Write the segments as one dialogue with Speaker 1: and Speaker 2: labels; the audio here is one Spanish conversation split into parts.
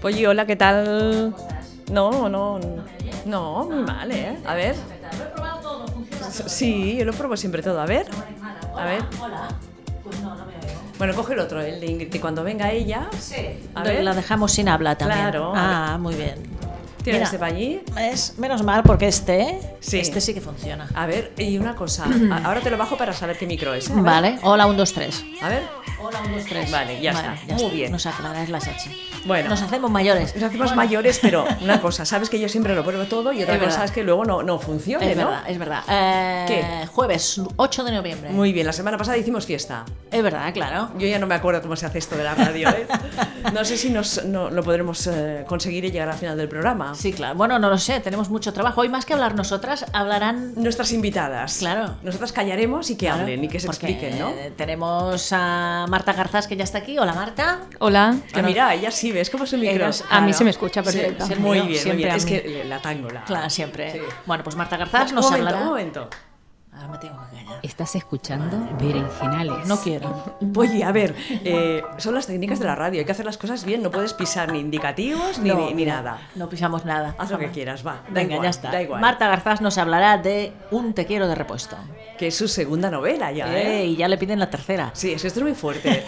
Speaker 1: Polly, hola, ¿qué tal? No, no, no, muy mal, ¿eh? A ver.
Speaker 2: Lo he probado todo, funciona todo.
Speaker 1: Sí, yo lo pruebo siempre todo. A ver.
Speaker 2: No eres mala.
Speaker 1: A
Speaker 2: Hola,
Speaker 1: ver.
Speaker 2: Hola. Pues no, no me veo.
Speaker 1: Bueno, coge el otro, el de Ingrid. Y cuando venga ella,
Speaker 2: Sí.
Speaker 1: a
Speaker 3: Lo-
Speaker 1: ver.
Speaker 3: La dejamos sin habla también.
Speaker 1: Claro.
Speaker 3: Ah, muy bien.
Speaker 1: Tira
Speaker 3: Mira.
Speaker 1: ese para este allí.
Speaker 3: Es menos mal porque este,
Speaker 1: Sí.
Speaker 3: este sí que funciona.
Speaker 1: A ver, y una cosa. a- Ahora te lo bajo para saber qué micro es. ¿eh?
Speaker 3: Vale, hola, un, dos, tres.
Speaker 1: A ver.
Speaker 3: Hola, un, dos, tres.
Speaker 1: Vale, ya está. Muy bien.
Speaker 3: Nos aclaráis las H.
Speaker 1: Bueno.
Speaker 3: Nos hacemos mayores.
Speaker 1: Nos hacemos mayores, pero una cosa, sabes que yo siempre lo pruebo todo y otra
Speaker 3: Es
Speaker 1: cosa
Speaker 3: verdad.
Speaker 1: es que luego no, no funcione,
Speaker 3: Es
Speaker 1: ¿no?
Speaker 3: verdad, es verdad. Eh,
Speaker 1: ¿Qué?
Speaker 3: Jueves 8 de noviembre.
Speaker 1: Muy bien, la semana pasada hicimos fiesta.
Speaker 3: Es verdad, claro.
Speaker 1: Yo ya no me acuerdo cómo se hace esto de la radio, ¿eh? No sé si nos, no, lo podremos eh, conseguir y llegar al final del programa.
Speaker 3: Sí, claro. Bueno, no lo sé, tenemos mucho trabajo. Hoy más que hablar nosotras, hablarán...
Speaker 1: Nuestras invitadas.
Speaker 3: Claro.
Speaker 1: Nosotras callaremos y que
Speaker 3: claro,
Speaker 1: hablen y que se
Speaker 3: porque,
Speaker 1: expliquen, ¿no?
Speaker 3: eh, Tenemos a Marta Garzás que ya está aquí. Hola Marta.
Speaker 4: Hola.
Speaker 1: Ah, mira, ella sí, ¿ves cómo su micro?
Speaker 3: Eras-
Speaker 4: A mí
Speaker 3: Claro.
Speaker 4: se me escucha perfecto.
Speaker 3: sí,
Speaker 1: muy bien,
Speaker 3: no,
Speaker 1: muy
Speaker 4: siempre
Speaker 1: bien.
Speaker 4: a
Speaker 1: Es
Speaker 4: mí.
Speaker 1: que le- la tango, la...
Speaker 3: Claro, siempre.
Speaker 1: Sí.
Speaker 3: Bueno, pues Marta Garzás
Speaker 1: Un
Speaker 3: nos
Speaker 1: momento,
Speaker 3: hablará...
Speaker 1: un momento.
Speaker 3: Ahora me tengo que callar.
Speaker 5: Estás escuchando Berenjenales.
Speaker 3: No quiero.
Speaker 1: Oye, a ver, eh, son las técnicas de la radio, hay que hacer las cosas bien, no puedes pisar ni indicativos ni,
Speaker 3: No,
Speaker 1: ni- ni
Speaker 3: mira,
Speaker 1: nada.
Speaker 3: No pisamos nada.
Speaker 1: Haz lo que quieras, va. da
Speaker 3: Venga,
Speaker 1: igual,
Speaker 3: ya está.
Speaker 1: Da igual.
Speaker 3: Marta Garzás nos hablará de Un te quiero de repuesto.
Speaker 1: Que es su segunda novela ya,
Speaker 3: Eh,
Speaker 1: ¿eh?
Speaker 3: Y ya le piden la tercera.
Speaker 1: Sí, es que esto es muy fuerte.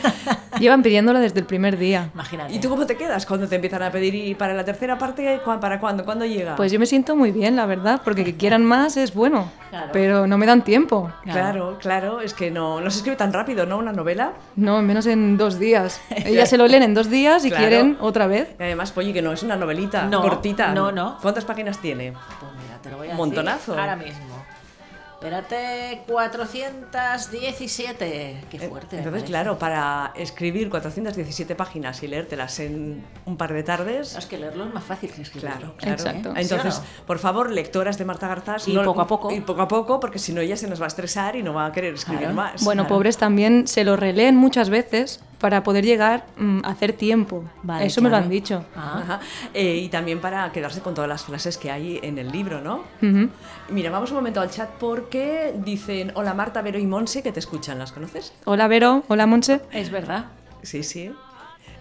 Speaker 4: Llevan pidiéndola desde el primer día.
Speaker 3: Imagínate.
Speaker 1: ¿Y tú cómo te quedas cuando te empiezan a pedir y para la tercera parte? ¿cu- ¿Para cuándo? ¿Cuándo llega?
Speaker 4: Pues yo me siento muy bien, la verdad, porque que quieran más es bueno,
Speaker 3: Claro.
Speaker 4: pero no me dan tiempo.
Speaker 1: Claro, claro, es que no, no se escribe tan rápido, ¿no? Una novela.
Speaker 4: No, menos en dos días. Ellas se lo leen en dos días y
Speaker 1: Claro.
Speaker 4: quieren otra vez.
Speaker 1: Y además, Polly, que no es una novelita
Speaker 3: No,
Speaker 1: cortita.
Speaker 3: no, no.
Speaker 1: ¿Cuántas páginas tiene?
Speaker 3: Pues mira, te lo voy a
Speaker 1: Un montonazo.
Speaker 3: decir ahora mismo. Espérate, 417. Qué fuerte. me
Speaker 1: Eh, Entonces,
Speaker 3: parece.
Speaker 1: claro, para escribir 417 páginas y leértelas en un par de tardes.
Speaker 3: Es que leerlo es más fácil que escribirlo.
Speaker 1: Claro, claro. ¿eh?
Speaker 4: Exacto.
Speaker 1: Entonces,
Speaker 3: ¿Sí o
Speaker 1: por favor, lectoras de Marta Garzás.
Speaker 3: Y poco a poco.
Speaker 1: Y poco a poco, porque si no, ella se nos va a estresar y no va a querer escribir
Speaker 3: Claro.
Speaker 1: más.
Speaker 4: Bueno,
Speaker 3: claro.
Speaker 4: pobres también se lo releen muchas veces para poder llegar mm, a hacer tiempo.
Speaker 3: Vale,
Speaker 4: Eso me lo
Speaker 3: claro.
Speaker 4: han dicho.
Speaker 3: Ah,
Speaker 1: Ajá. Eh, y también para quedarse con todas las frases que hay en el libro, ¿no?
Speaker 4: Ujú.
Speaker 1: Mira, vamos un momento al chat porque dicen, hola Marta, Vero y Monse, que te escuchan, ¿las conoces?
Speaker 4: Hola Vero, hola Monse.
Speaker 3: es verdad.
Speaker 1: Sí, sí.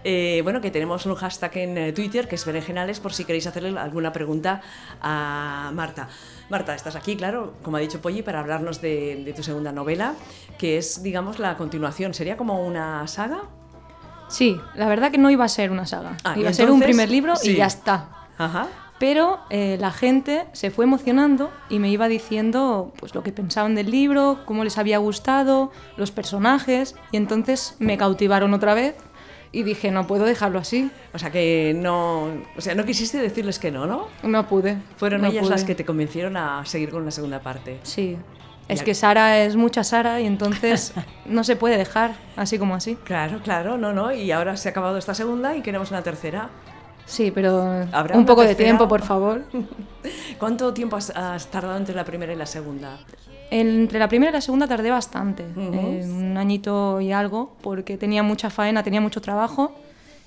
Speaker 1: Eh, bueno, que tenemos un hashtag en eh, Twitter que es berenjenales por si queréis hacerle alguna pregunta a Marta. Marta, estás aquí, claro, como ha dicho Polly, para hablarnos de, de tu segunda novela, que es, digamos, la continuación. ¿Sería como una saga?
Speaker 4: Sí, la verdad que no iba a ser una saga.
Speaker 1: Ah, ¿y
Speaker 4: iba a ser un
Speaker 1: entonces?
Speaker 4: primer libro
Speaker 1: Sí.
Speaker 4: y ya está.
Speaker 1: Ajá.
Speaker 4: Pero eh, la gente se fue emocionando y me iba diciendo pues, lo que pensaban del libro, cómo les había gustado, los personajes, y entonces me cautivaron otra vez y dije, no puedo dejarlo así,
Speaker 1: O sea, que no... O sea, no quisiste decirles que no, ¿no?
Speaker 4: no pude.
Speaker 1: Fueron
Speaker 4: no
Speaker 1: ellas las
Speaker 4: pude.
Speaker 1: que te convencieron a seguir con una segunda parte.
Speaker 4: Sí, es
Speaker 1: Ya.
Speaker 4: que Sara es mucha Sara y entonces no se puede dejar así como así.
Speaker 1: Claro, claro, no, no. Y ahora se ha acabado esta segunda y queremos una tercera.
Speaker 4: Sí, pero
Speaker 1: ¿Habrá
Speaker 4: un
Speaker 1: una
Speaker 4: poco de
Speaker 1: tercera?
Speaker 4: tiempo, por favor.
Speaker 1: ¿Cuánto tiempo has, has tardado entre la primera y la segunda?
Speaker 4: Entre la primera y la segunda tardé bastante,
Speaker 1: Ujú.
Speaker 4: eh, un añito y algo, porque tenía mucha faena, tenía mucho trabajo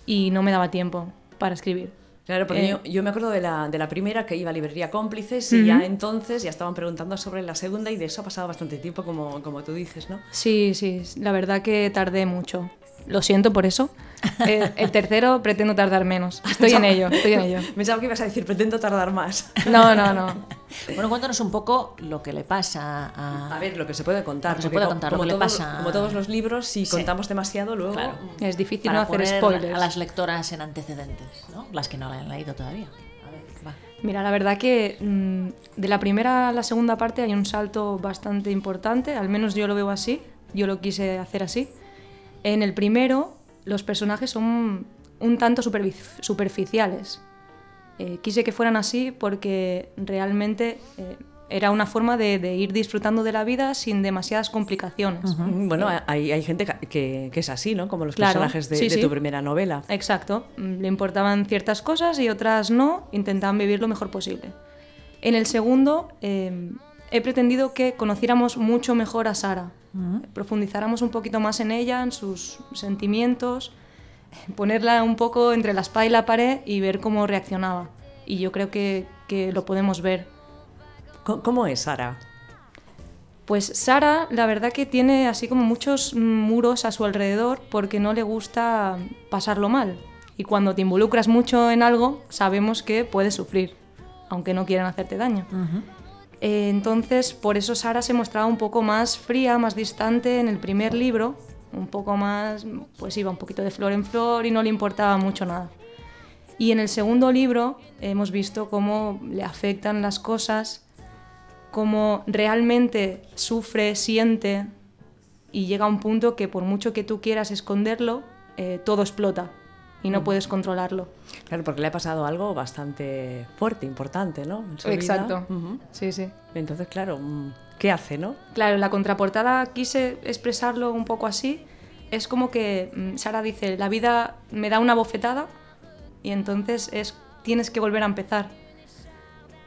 Speaker 4: y no me daba tiempo para escribir.
Speaker 1: Claro, porque
Speaker 4: Eh,
Speaker 1: yo, yo me acuerdo de la, de la primera que iba a librería cómplices y
Speaker 4: Ujú.
Speaker 1: ya entonces ya estaban preguntando sobre la segunda y de eso ha pasado bastante tiempo, como, como tú dices, ¿no?
Speaker 4: Sí, sí, la verdad que tardé mucho. Lo siento por eso. Eh, el tercero pretendo tardar menos. Estoy en ello, estoy en ello.
Speaker 1: Pensaba que ibas a decir, pretendo tardar más.
Speaker 4: No, no, no.
Speaker 3: Bueno, cuéntanos un poco lo que le pasa a.
Speaker 1: A ver, lo que se puede contar.
Speaker 3: Ah. Lo que se
Speaker 1: porque
Speaker 3: puede
Speaker 1: co-
Speaker 3: contar, lo
Speaker 1: como
Speaker 3: que le
Speaker 1: todos,
Speaker 3: pasa-
Speaker 1: como todos los libros, si contamos demasiado, luego
Speaker 3: Claro.
Speaker 4: Es difícil
Speaker 3: para
Speaker 4: no hacer
Speaker 3: poner
Speaker 4: spoilers.
Speaker 3: a las lectoras en antecedentes, ¿no? Las que no la han leído todavía. A ver, va.
Speaker 4: Mira, la verdad que mm, de la primera a la segunda parte hay un salto bastante importante, al menos yo lo veo así, yo lo quise hacer así. En el primero, los personajes son un tanto supervi- superficiales. Eh, quise que fueran así porque realmente eh, era una forma de, de ir disfrutando de la vida sin demasiadas complicaciones.
Speaker 1: Mm, Bueno, hay, hay gente ca- que, que es así, ¿no? Como los
Speaker 4: Claro,
Speaker 1: personajes de,
Speaker 4: sí,
Speaker 1: de
Speaker 4: sí.
Speaker 1: tu primera novela. Eh,
Speaker 4: Exacto. Mm, Le importaban ciertas cosas y otras no. Intentaban vivir lo mejor posible. En el segundo, eh, he pretendido que conociéramos mucho mejor a Sara. Profundizáramos un poquito más en ella, en sus sentimientos, ponerla un poco entre la espada y la pared y ver cómo reaccionaba. Y yo creo que, que lo podemos ver.
Speaker 1: Co- ¿Cómo es Sara?
Speaker 4: Pues Sara, la verdad que tiene así como muchos muros a su alrededor porque no le gusta pasarlo mal. Y cuando te involucras mucho en algo, sabemos que puedes sufrir, aunque no quieran hacerte daño. Eh, entonces, por eso Sara se mostraba un poco más fría, más distante en el primer libro, un poco más, pues iba un poquito de flor en flor y no le importaba mucho nada. Y en el segundo libro hemos visto cómo le afectan las cosas, cómo realmente sufre, siente y llega a un punto que por mucho que tú quieras esconderlo, eh, todo explota y no puedes controlarlo.
Speaker 1: Claro, porque le ha pasado algo bastante fuerte, importante, ¿no? En su vida.
Speaker 4: Exacto.
Speaker 1: Ujú.
Speaker 4: Sí, sí.
Speaker 1: Entonces, claro, mm, ¿qué hace, no?
Speaker 4: Claro, en la contraportada quise expresarlo un poco así. Es como que mm, Sara dice, la vida me da una bofetada y entonces es, tienes que volver a empezar.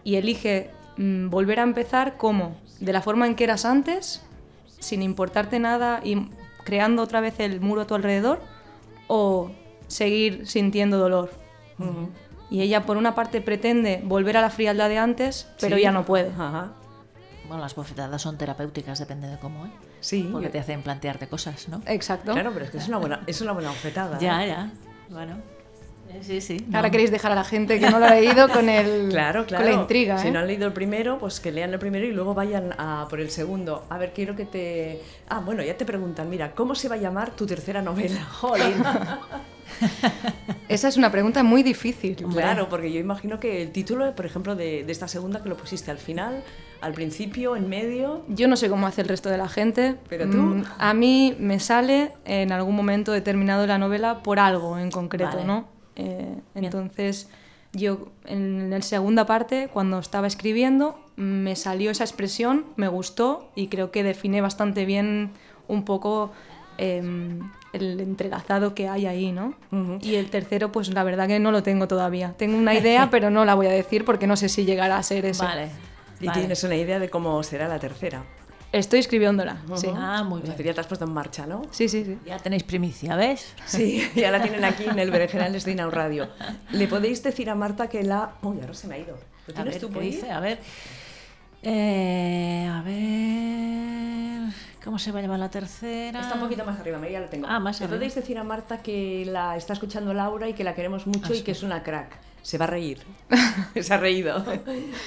Speaker 4: Y elige mm, volver a empezar como, de la forma en que eras antes, sin importarte nada y creando otra vez el muro a tu alrededor, o seguir sintiendo dolor. Y ella por una parte pretende volver a la frialdad de antes, pero
Speaker 1: Sí.
Speaker 4: ya no puede.
Speaker 1: Ajá.
Speaker 3: Bueno, las bofetadas son terapéuticas, depende de cómo, ¿eh?
Speaker 1: Sí.
Speaker 3: Porque
Speaker 1: yo-
Speaker 3: te hacen plantearte cosas, ¿no?
Speaker 4: Exacto.
Speaker 1: Claro, pero es que es una buena, es una buena bofetada. ¿eh?
Speaker 3: Ya, ya. Bueno. Eh, Sí, sí. no.
Speaker 4: Ahora queréis dejar a la gente que no lo ha leído con, el,
Speaker 1: Claro, claro.
Speaker 4: eh, con la intriga.
Speaker 1: Si
Speaker 4: ¿eh?
Speaker 1: no han leído el primero, pues que lean el primero y luego vayan a por el segundo. A ver, quiero que te. Ah, bueno, ya te preguntan, mira, ¿cómo se va a llamar tu tercera novela? Jolín.
Speaker 4: Esa es una pregunta muy difícil.
Speaker 1: claro, porque yo imagino que el título, por ejemplo, de, de esta segunda que lo pusiste al final, al principio, en medio.
Speaker 4: Yo no sé cómo hace el resto de la gente.
Speaker 1: Pero tú.
Speaker 4: Mm, a mí me sale en algún momento determinado de la novela por algo en concreto,
Speaker 3: Vale.
Speaker 4: ¿no? Eh, entonces, yo en la segunda parte, cuando estaba escribiendo, me salió esa expresión, me gustó y creo que define bastante bien un poco eh, el entrelazado que hay ahí, ¿no?
Speaker 1: Ujú.
Speaker 4: Y el tercero, pues la verdad que no lo tengo todavía. Tengo una idea, pero no la voy a decir porque no sé si llegará a ser eso.
Speaker 3: Vale.
Speaker 1: Y
Speaker 3: vale.
Speaker 1: tienes una idea de cómo será la tercera.
Speaker 4: Estoy escribiéndola, sí.
Speaker 3: Ah, muy
Speaker 1: La
Speaker 3: bien.
Speaker 1: te has puesto en marcha, ¿no?
Speaker 4: Sí, sí, sí.
Speaker 3: Ya tenéis primicia, ¿ves?
Speaker 1: Sí, ya la tienen aquí en el Berenjenales de Inau Radio. ¿Le podéis decir a Marta que la. Uy, ahora se me ha ido. ¿Lo
Speaker 3: A
Speaker 1: Pues tienes
Speaker 3: ver,
Speaker 1: tú,
Speaker 3: ¿qué
Speaker 1: Polly?
Speaker 3: dice? A ver. Eh, a ver. ¿Cómo se va a llamar la tercera?
Speaker 1: Está un poquito más arriba, María, ya lo tengo.
Speaker 3: Ah, más
Speaker 1: ¿Le
Speaker 3: arriba.
Speaker 1: podéis decir a Marta que la está escuchando Laura y que la queremos mucho y que es una crack? Se va a reír. Se ha reído.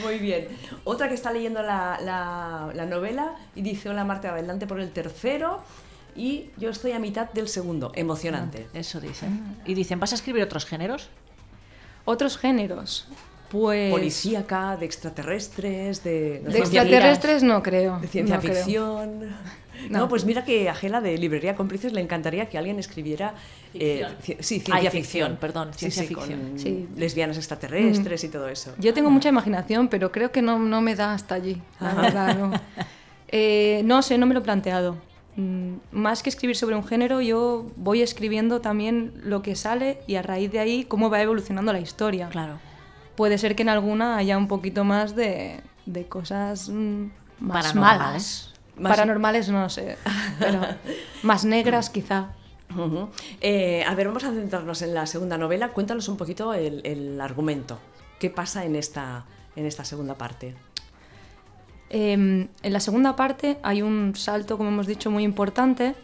Speaker 1: Muy bien. Otra que está leyendo la, la- la novela y dice, hola Marta, adelante por el tercero y yo estoy a mitad del segundo. Emocionante.
Speaker 3: Eso dicen. Y dicen, ¿vas a escribir otros géneros?
Speaker 4: Otros géneros. Pues.
Speaker 1: Policíaca, de extraterrestres, de... no
Speaker 4: De
Speaker 1: sé,
Speaker 4: extraterrestres no creo.
Speaker 1: De ciencia
Speaker 4: Ah, no creo.
Speaker 1: ficción. No.
Speaker 4: No.
Speaker 1: pues mira que a Gela de Librería Cómplices le encantaría que alguien escribiera. eh, ci- sí, ciencia
Speaker 3: Ay, ficción,
Speaker 1: ficción.
Speaker 3: perdón,
Speaker 1: Sí,
Speaker 3: ciencia
Speaker 1: sí, con
Speaker 3: ficción.
Speaker 4: Sí.
Speaker 1: Lesbianas extraterrestres y todo eso.
Speaker 4: Yo tengo mucha imaginación, pero creo que no, no me da hasta allí. La verdad, no. Eh, no sé, no me lo he planteado. Mm, Más que escribir sobre un género, yo voy escribiendo también lo que sale y a raíz de ahí cómo va evolucionando la historia.
Speaker 3: Claro.
Speaker 4: Puede ser que en alguna haya un poquito más de, de cosas mm, más
Speaker 3: Paranormales.
Speaker 4: malas.
Speaker 1: Más-
Speaker 4: Paranormales no sé, pero más negras quizá.
Speaker 1: Ujú. Eh, a ver, vamos a centrarnos en la segunda novela. Cuéntanos un poquito el, el argumento. ¿Qué pasa en esta, en esta segunda parte?
Speaker 4: Eh, en la segunda parte hay un salto, como hemos dicho, muy importante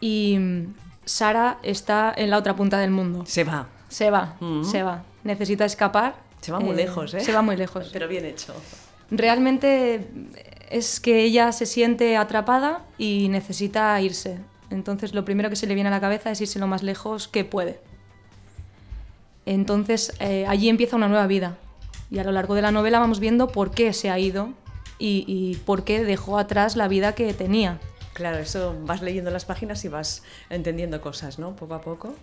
Speaker 4: y mm, Sara está en la otra punta del mundo.
Speaker 1: Se va.
Speaker 4: Se va,
Speaker 1: Ujú.
Speaker 4: se va. Necesita escapar.
Speaker 1: Mm. Se va muy lejos, ¿eh?
Speaker 4: Se va muy lejos.
Speaker 1: Pero bien hecho.
Speaker 4: Realmente es que ella se siente atrapada y necesita irse. Entonces lo primero que se le viene a la cabeza es irse lo más lejos que puede. Entonces eh, allí empieza una nueva vida. Y a lo largo de la novela vamos viendo por qué se ha ido y, y por qué dejó atrás la vida que tenía.
Speaker 1: Claro, eso vas leyendo las páginas y vas entendiendo cosas, ¿no? Poco a poco.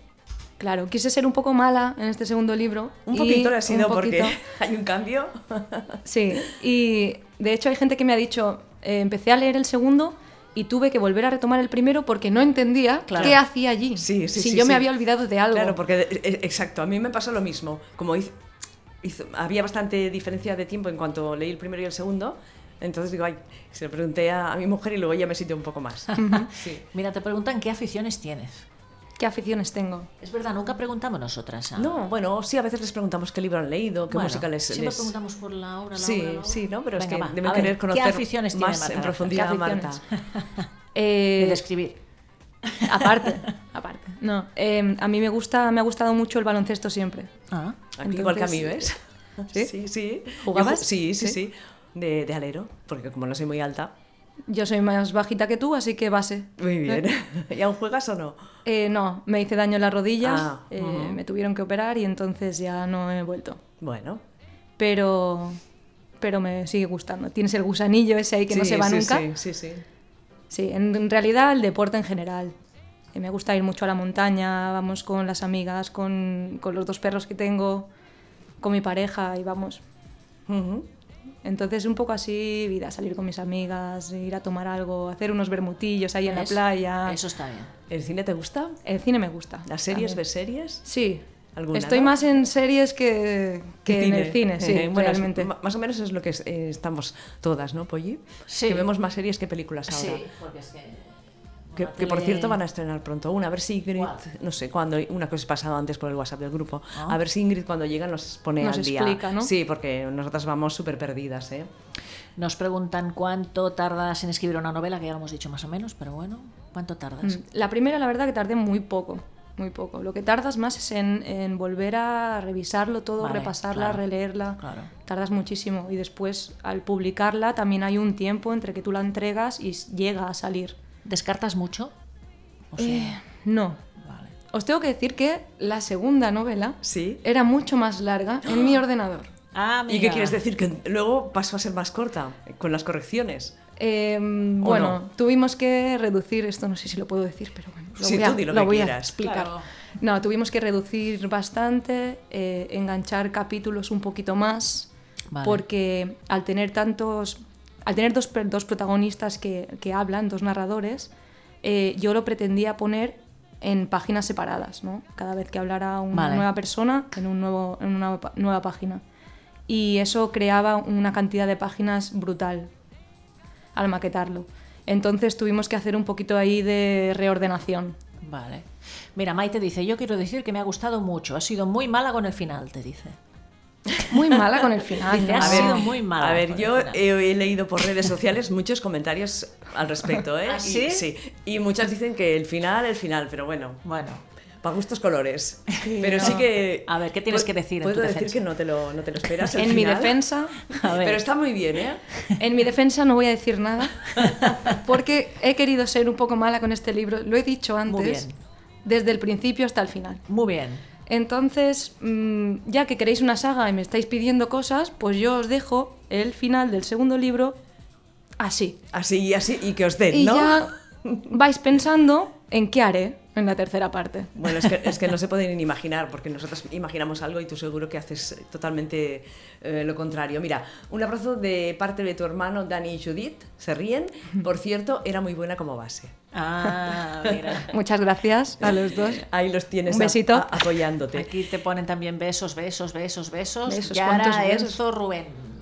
Speaker 4: Claro, quise ser un poco mala en este segundo libro.
Speaker 1: Un
Speaker 4: y
Speaker 1: poquito le ha sido
Speaker 4: un
Speaker 1: porque
Speaker 4: poquito-
Speaker 1: hay un cambio.
Speaker 4: Sí, y de hecho hay gente que me ha dicho, eh, empecé a leer el segundo y tuve que volver a retomar el primero porque no entendía
Speaker 1: Claro.
Speaker 4: qué hacía allí.
Speaker 1: Sí, sí,
Speaker 4: si
Speaker 1: sí,
Speaker 4: yo
Speaker 1: sí.
Speaker 4: me había olvidado de algo.
Speaker 1: Claro, porque de- e- exacto, a mí me pasó lo mismo. Como hiz- hizo- había bastante diferencia de tiempo en cuanto leí el primero y el segundo, entonces digo, ay, se lo pregunté a, a mi mujer y luego ya me sitio un poco más. Sí.
Speaker 3: Mira, te preguntan qué aficiones tienes.
Speaker 4: ¿Qué aficiones tengo?
Speaker 3: Es verdad, nunca preguntamos nosotras. ¿ah?
Speaker 1: No, bueno, sí, a veces les preguntamos qué libro han leído, qué
Speaker 3: Bueno,
Speaker 1: música les...
Speaker 3: Siempre
Speaker 1: les-
Speaker 3: preguntamos por la obra, la
Speaker 1: Sí,
Speaker 3: obra, la obra.
Speaker 1: sí, ¿no? Pero
Speaker 3: Venga,
Speaker 1: es que
Speaker 3: va,
Speaker 1: deben
Speaker 3: a ver,
Speaker 1: querer conocer
Speaker 3: ¿Qué aficiones tiene
Speaker 1: más
Speaker 3: Marta
Speaker 1: en
Speaker 3: Garza?
Speaker 1: profundidad a
Speaker 4: ¿Qué
Speaker 1: Marta.
Speaker 4: aficiones? Eh,
Speaker 3: Y describir.
Speaker 4: aparte, aparte. No, eh, a mí me gusta, me ha gustado mucho el baloncesto siempre.
Speaker 3: Ah.
Speaker 1: Aquí Igual que a mí,
Speaker 4: Entonces,
Speaker 1: ¿ves?
Speaker 4: ¿sí?
Speaker 1: sí. sí.
Speaker 4: ¿Jugabas?
Speaker 1: Yo ju- sí, sí,
Speaker 4: Sí.
Speaker 1: sí. De, de alero, porque como no soy muy alta.
Speaker 4: Yo soy más bajita que tú, así que base.
Speaker 1: Muy bien. ¿Y aún juegas o no?
Speaker 4: Eh, no, me hice daño en las rodillas,
Speaker 1: Ah,
Speaker 4: eh,
Speaker 1: ujú.
Speaker 4: me tuvieron que operar y entonces ya no he vuelto.
Speaker 1: Bueno.
Speaker 4: Pero, pero me sigue gustando. Tienes el gusanillo ese ahí que no
Speaker 1: Sí,
Speaker 4: se va
Speaker 1: sí,
Speaker 4: nunca.
Speaker 1: Sí, sí, sí.
Speaker 4: Sí, en en realidad el deporte en general. Eh, Me gusta ir mucho a la montaña, vamos con las amigas, con, con los dos perros que tengo, con mi pareja y vamos.
Speaker 1: Ujú.
Speaker 4: Entonces un poco así, vida, salir con mis amigas, ir a tomar algo, hacer unos bermutillos ahí en la
Speaker 3: ¿Ves?
Speaker 4: playa.
Speaker 3: Eso está bien.
Speaker 1: ¿El cine te gusta?
Speaker 4: El cine me gusta.
Speaker 1: ¿Las series?
Speaker 4: también.
Speaker 1: ¿Ves series?
Speaker 4: Sí.
Speaker 1: ¿Alguna,
Speaker 4: Estoy
Speaker 1: no?
Speaker 4: más en series que, que en el cine, sí,
Speaker 1: Eh, bueno, es-
Speaker 4: realmente.
Speaker 1: ma- más o menos es lo que es- eh, estamos todas, ¿no, Polly?
Speaker 3: Sí.
Speaker 1: Que vemos más series que películas ahora.
Speaker 3: Sí,
Speaker 2: Porque es que.
Speaker 1: Que,
Speaker 2: la
Speaker 1: que, por
Speaker 2: tele-
Speaker 1: cierto van a estrenar pronto una, a ver si Ingrid,
Speaker 2: ¿Cuál?
Speaker 1: no sé, cuando una cosa es pasado antes por el WhatsApp del grupo,
Speaker 3: Ah.
Speaker 1: a ver si Ingrid cuando llega nos pone
Speaker 4: Nos
Speaker 1: al día.
Speaker 4: explica, ¿no?
Speaker 1: Sí, porque nosotras vamos súper perdidas, ¿eh?
Speaker 3: Nos preguntan cuánto tardas en escribir una novela, que ya lo hemos dicho más o menos, pero bueno, ¿cuánto tardas?
Speaker 4: Mm, La primera, la verdad, que tardé muy poco. Muy poco. Lo que tardas más es en, en volver a revisarlo todo,
Speaker 3: Vale,
Speaker 4: repasarla,
Speaker 3: claro,
Speaker 4: releerla.
Speaker 3: claro.
Speaker 4: Tardas muchísimo. Y después, al publicarla, también hay un tiempo entre que tú la entregas y s- llega a salir. Eh,
Speaker 3: ¿Descartas mucho? O sea,
Speaker 1: Eh.
Speaker 4: No.
Speaker 3: vale.
Speaker 4: Os tengo que decir que la segunda novela
Speaker 1: Sí.
Speaker 4: era mucho más larga en mi ordenador.
Speaker 3: Ah,
Speaker 1: ¿Y qué quieres decir? Que luego pasó a ser más corta, con las correcciones.
Speaker 4: Eh, bueno, tuvimos que reducir, esto no sé si lo puedo decir, pero bueno, lo
Speaker 1: Sí,
Speaker 4: voy a,
Speaker 1: tú di lo
Speaker 4: lo
Speaker 1: que
Speaker 4: voy a
Speaker 1: quieras.
Speaker 4: explicar.
Speaker 3: Claro.
Speaker 4: No, tuvimos que reducir bastante, eh, enganchar capítulos un poquito más,
Speaker 3: Vale.
Speaker 4: porque al tener tantos, al tener dos, per- dos protagonistas que, que hablan, dos narradores, eh, yo lo pretendía poner en páginas separadas, ¿no? Cada vez que hablara una
Speaker 3: Vale.
Speaker 4: nueva persona en, un nuevo, en una pa- nueva página. Y eso creaba una cantidad de páginas brutal, al maquetarlo. Entonces tuvimos que hacer un poquito ahí de reordenación.
Speaker 3: Vale. Mira, Maite dice, yo quiero decir que me ha gustado mucho, ha sido muy mala con el final, te dice.
Speaker 4: Muy mala con el final.
Speaker 3: Dice,
Speaker 4: ¿no?
Speaker 3: "Ha sido muy mala
Speaker 1: A ver,
Speaker 3: con
Speaker 1: yo
Speaker 3: el final".
Speaker 1: he, he leído por redes sociales muchos comentarios al respecto, ¿eh?
Speaker 3: ¿Ah,
Speaker 1: Y-
Speaker 3: sí?
Speaker 1: sí. Y muchas dicen que el final, el final, pero bueno,
Speaker 3: Bueno,
Speaker 1: para gustos colores. Pero sí que.
Speaker 3: A ver, ¿qué tienes
Speaker 1: Pu-
Speaker 3: que decir en
Speaker 1: Puedo
Speaker 3: tu
Speaker 1: decir
Speaker 3: defensa?
Speaker 1: que no te lo, no te lo esperas. el
Speaker 4: En mi
Speaker 1: final.
Speaker 4: defensa,
Speaker 3: a ver.
Speaker 1: Pero está muy bien, ¿eh?
Speaker 4: en mi defensa no voy a decir nada porque he querido ser un poco mala con este libro. Lo he dicho antes.
Speaker 3: Muy bien.
Speaker 4: Desde el principio hasta el final.
Speaker 3: Muy bien.
Speaker 4: Entonces, mm, ya que queréis una saga y me estáis pidiendo cosas, pues yo os dejo el final del segundo libro así.
Speaker 1: Así y así, y que os den,
Speaker 4: Y
Speaker 1: ¿no?
Speaker 4: ya vais pensando en qué haré en la tercera parte.
Speaker 1: Bueno, es que, es que no se pueden ni imaginar, porque nosotros imaginamos algo y tú seguro que haces totalmente eh, lo contrario. Mira, un abrazo de parte de tu hermano Dani y Judith, se ríen. Por cierto, era muy buena como base.
Speaker 3: Ah, mira.
Speaker 4: Muchas gracias a los dos.
Speaker 1: Ahí los tienes
Speaker 4: Un
Speaker 1: a-
Speaker 4: besito.
Speaker 1: a- apoyándote.
Speaker 3: Aquí te ponen también besos, besos, besos, besos.
Speaker 4: Besos, ¿cuántos
Speaker 3: Yara,
Speaker 4: besos?
Speaker 3: Enzo, Rubén.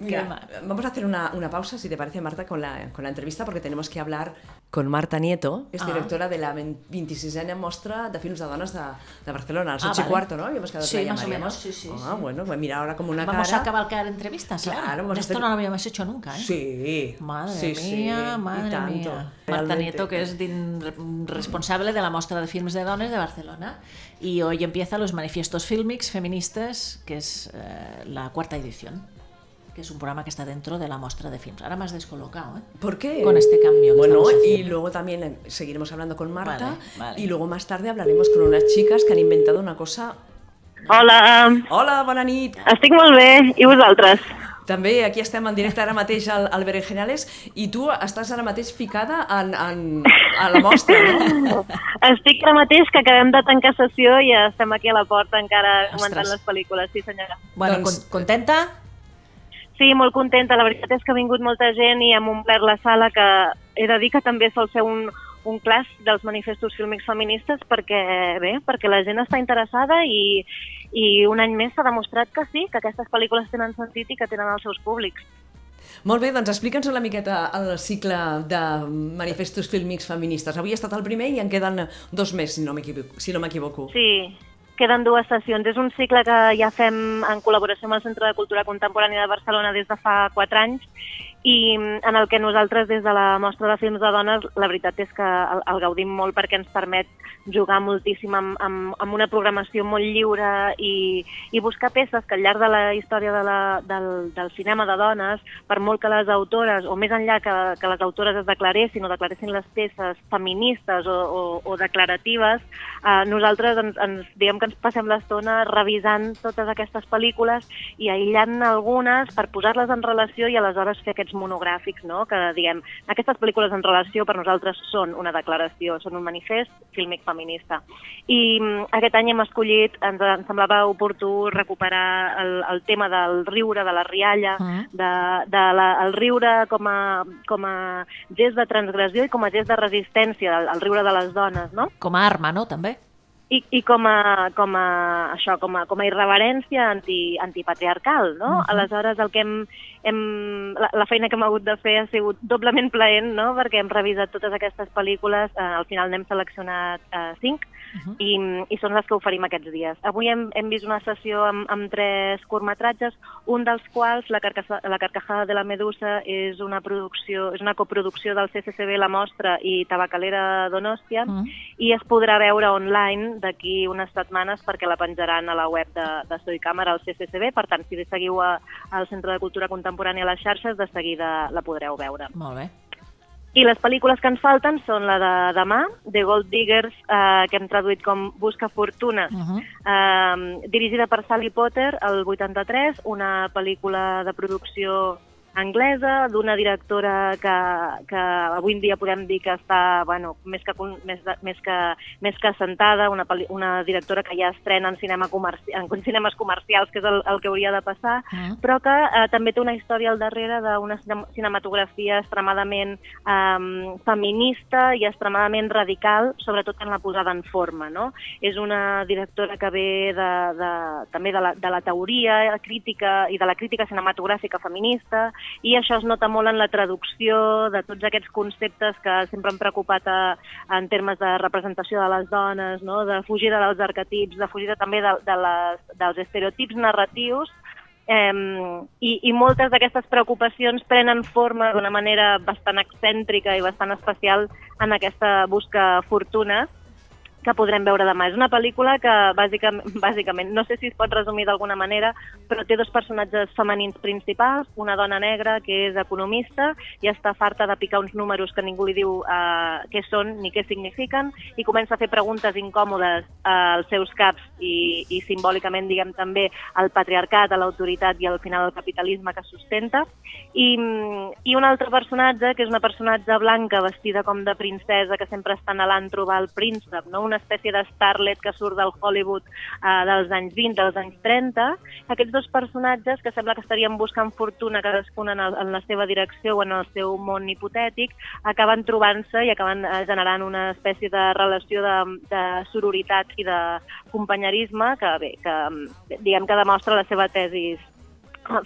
Speaker 1: Mira,
Speaker 3: Qué mal.
Speaker 1: vamos a hacer una, una pausa, si te parece, Marta, con la, con la entrevista, porque tenemos que hablar con Marta Nieto, que és
Speaker 3: Ah.
Speaker 1: directora de la 26a Mostra de Films de Dones de, de Barcelona, als
Speaker 3: Ah,
Speaker 1: 8 y
Speaker 3: vale.
Speaker 1: cuarto, ¿no? Habíamos quedado que
Speaker 3: Sí,
Speaker 1: la
Speaker 3: más o
Speaker 1: llamaríamos.
Speaker 3: menos, sí, sí,
Speaker 1: Ah,
Speaker 3: sí.
Speaker 1: bueno, pues mira ahora como una
Speaker 3: Vamos
Speaker 1: cara...
Speaker 3: a cabalcar entrevistas,
Speaker 1: Claro,
Speaker 3: claro.
Speaker 1: vamos a
Speaker 3: Esto
Speaker 1: hacer-
Speaker 3: no lo habíamos hecho nunca, ¿eh?
Speaker 1: Sí.
Speaker 3: Madre
Speaker 1: sí, sí,
Speaker 3: mía,
Speaker 1: y
Speaker 3: madre
Speaker 1: tanto.
Speaker 3: mía. Marta
Speaker 1: Realmente.
Speaker 3: Nieto, que es din- re- responsable de la Mostra de Films de Dones de Barcelona. Y hoy empieza los Manifiestos Fílmics Feministas, que es eh, la cuarta edición, que es un programa que está dentro de la Mostra de Films. Ahora más descolocado, ¿eh?
Speaker 1: ¿Por qué?
Speaker 3: Con este cambio que
Speaker 1: Bueno,
Speaker 3: estamos
Speaker 1: y
Speaker 3: haciendo.
Speaker 1: luego también eh, seguiremos hablando con Marta.
Speaker 3: Vale, vale.
Speaker 1: Y luego más tarde hablaremos con unas chicas que han inventado una cosa...
Speaker 6: Hola,
Speaker 1: Hola, bona nit!
Speaker 6: estic molt bé. I vosaltres?
Speaker 1: També aquí estem en directe ara mateix al, al Berenjenales i tu estàs ara mateix ficada en, en, a la mostra, no?
Speaker 6: Estic ara mateix que acabem de tancar sessió i estem aquí a la porta encara
Speaker 3: Ostres.
Speaker 6: comentant les pel·lícules, sí senyora.
Speaker 3: Bueno,
Speaker 1: Doncs-
Speaker 3: con- eh, contenta?
Speaker 6: Sí, molt contenta. La veritat és que ha vingut molta gent i hem omplert la sala que he de dir que també sol ser un, un clàs dels manifestos fílmics feministes perquè, bé, perquè la gent està interessada i, i un any més s'ha demostrat que sí, que aquestes pel·lícules tenen sentit i que tenen els seus públics.
Speaker 1: Molt bé, doncs explica'ns una miqueta el cicle de manifestos fílmics feministes. Avui ha estat el primer i en queden dos més, si no m'equivoco. Si no m'equivoco.
Speaker 6: Sí, queden dues sessions. És un cicle que ja fem en col·laboració amb el Centre de Cultura Contemporània de Barcelona des de fa quatre anys i en el que nosaltres des de la mostra de films de dones la veritat és que el, el gaudim molt perquè ens permet jugar moltíssim amb, amb, amb una programació molt lliure i, i buscar peces que al llarg de la història de la, del, del cinema de dones, per molt que les autores, o més enllà que, que les autores es declaressin o declaressin les peces feministes o, o, o declaratives, eh, nosaltres ens, ens diem que ens passem l'estona revisant totes aquestes pel·lícules i aïllant algunes per posar-les en relació i aleshores fer aquests monogràfics, no? que diguem, aquestes pel·lícules en relació per nosaltres són una declaració, són un manifest fílmic feminista. I mm, aquest any hem escollit, ens, ens semblava oportú recuperar el, el tema del riure, de la rialla,
Speaker 3: Ah.
Speaker 6: de, de la, el riure com a, com a gest de transgressió i com a gest de resistència, el, el riure de les dones, no?
Speaker 3: Com a arma, no? També.
Speaker 6: I, i com, a, com, a, això, com, a, com a irreverència anti, antipatriarcal, no? Uh -huh. Aleshores, el que hem, hem, la, la feina que hem hagut de fer ha sigut doblement plaent, no?, perquè hem revisat totes aquestes pel·lícules, eh, al final n'hem seleccionat eh, cinc, uh -huh. i, i són les que oferim aquests dies. Avui hem, hem vist una sessió amb, amb tres curtmetratges, un dels quals, La, carcassa, la carcajada de la medusa, és una, producció, és una coproducció del CCCB La Mostra i Tabacalera Donòstia, uh -huh i es podrà veure online d'aquí unes setmanes perquè la penjaran a la web de, de Soy Càmera, al CCCB. Per tant, si seguiu a, al Centre de Cultura Contemporània a les xarxes, de seguida la podreu veure.
Speaker 3: Molt bé.
Speaker 6: I les pel·lícules que ens falten són la de demà, The Gold Diggers, eh, que hem traduït com Busca Fortuna,
Speaker 3: Uh -huh.
Speaker 6: eh, dirigida per Sally Potter, el 83, una pel·lícula de producció anglesa, d'una directora que, que avui en dia podem dir que està bueno, més, que, con- més, de- més, que, més que assentada, una, pel·li- una directora que ja estrena en, cinema comerci en cinemes comercials, que és el, el que hauria de passar,
Speaker 3: Ah.
Speaker 6: però que eh, també té una història al darrere d'una cine- cinematografia extremadament eh, feminista i extremadament radical, sobretot en la posada en forma. No? És una directora que ve de, de, també de la, de la teoria crítica i de la crítica cinematogràfica feminista i això es nota molt en la traducció de tots aquests conceptes que sempre han preocupat a, en termes de representació de les dones, no? de fugida dels arquetips, de fugida també de, de les, dels estereotips narratius Eh, i, I moltes d'aquestes preocupacions prenen forma d'una manera bastant excèntrica i bastant especial en aquesta busca fortuna que podrem veure demà. És una pel·lícula que, bàsicament, bàsicament no sé si es pot resumir d'alguna manera, però té dos personatges femenins principals, una dona negra que és economista i està farta de picar uns números que ningú li diu eh, què són ni què signifiquen i comença a fer preguntes incòmodes eh, als seus caps i, i simbòlicament, diguem, també al patriarcat, a l'autoritat i al final al capitalisme que sustenta. I, mm, I un altre personatge, que és una personatge blanca vestida com de princesa, que sempre està anhelant trobar el príncep, no? una espècie de starlet que surt del Hollywood eh, dels anys 20, dels anys 30. Aquests dos personatges, que sembla que estarien buscant fortuna cadascun en, el, en la seva direcció o en el seu món hipotètic, acaben trobant-se i acaben eh, generant una espècie de relació de, de sororitat i de companyerisme que, bé, que mm, diguem que demostra la seva tesis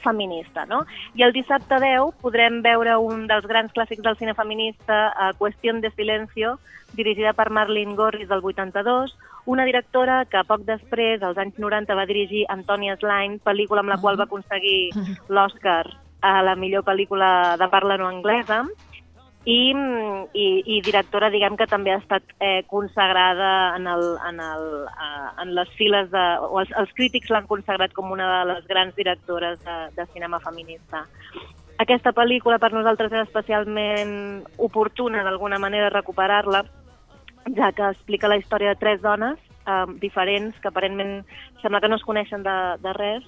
Speaker 6: feminista, no? I el dissabte 10 podrem veure un dels grans clàssics del cine feminista, a Qüestión de silencio, dirigida per Marlene Gorris del 82, una directora que poc després, als anys 90, va dirigir Antonia Slime, pel·lícula amb la qual va aconseguir l'Oscar a la millor pel·lícula de parla no anglesa, i, mm, i, i directora, diguem que també ha estat eh, consagrada en, el, en, el, eh, en les files de... o els, els crítics l'han consagrat com una de les grans directores de, de cinema feminista. Aquesta pel·lícula per nosaltres era especialment oportuna d'alguna manera recuperar-la, ja que explica la història de tres dones eh, diferents que aparentment sembla que no es coneixen de, de res,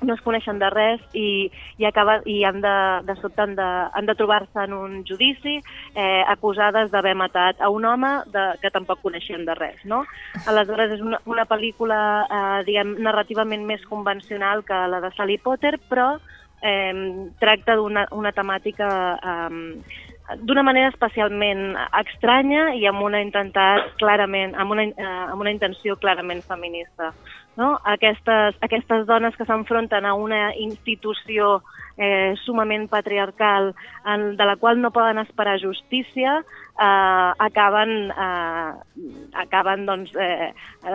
Speaker 6: no es coneixen de res i, i, acaba, i han de, de sobte han de, han de trobar-se en un judici eh, acusades d'haver matat a un home de, que tampoc coneixien de res. No? Aleshores, és una, una pel·lícula eh, diguem, narrativament més convencional que la de Sally Potter, però eh, tracta d'una una temàtica eh, d'una manera especialment estranya i amb una intentat clarament, amb una, eh, amb una intenció clarament feminista. no? aquestes, aquestes dones que s'enfronten a una institució eh, sumament patriarcal en, de la qual no poden esperar justícia, eh, acaben, eh, acaben doncs, eh,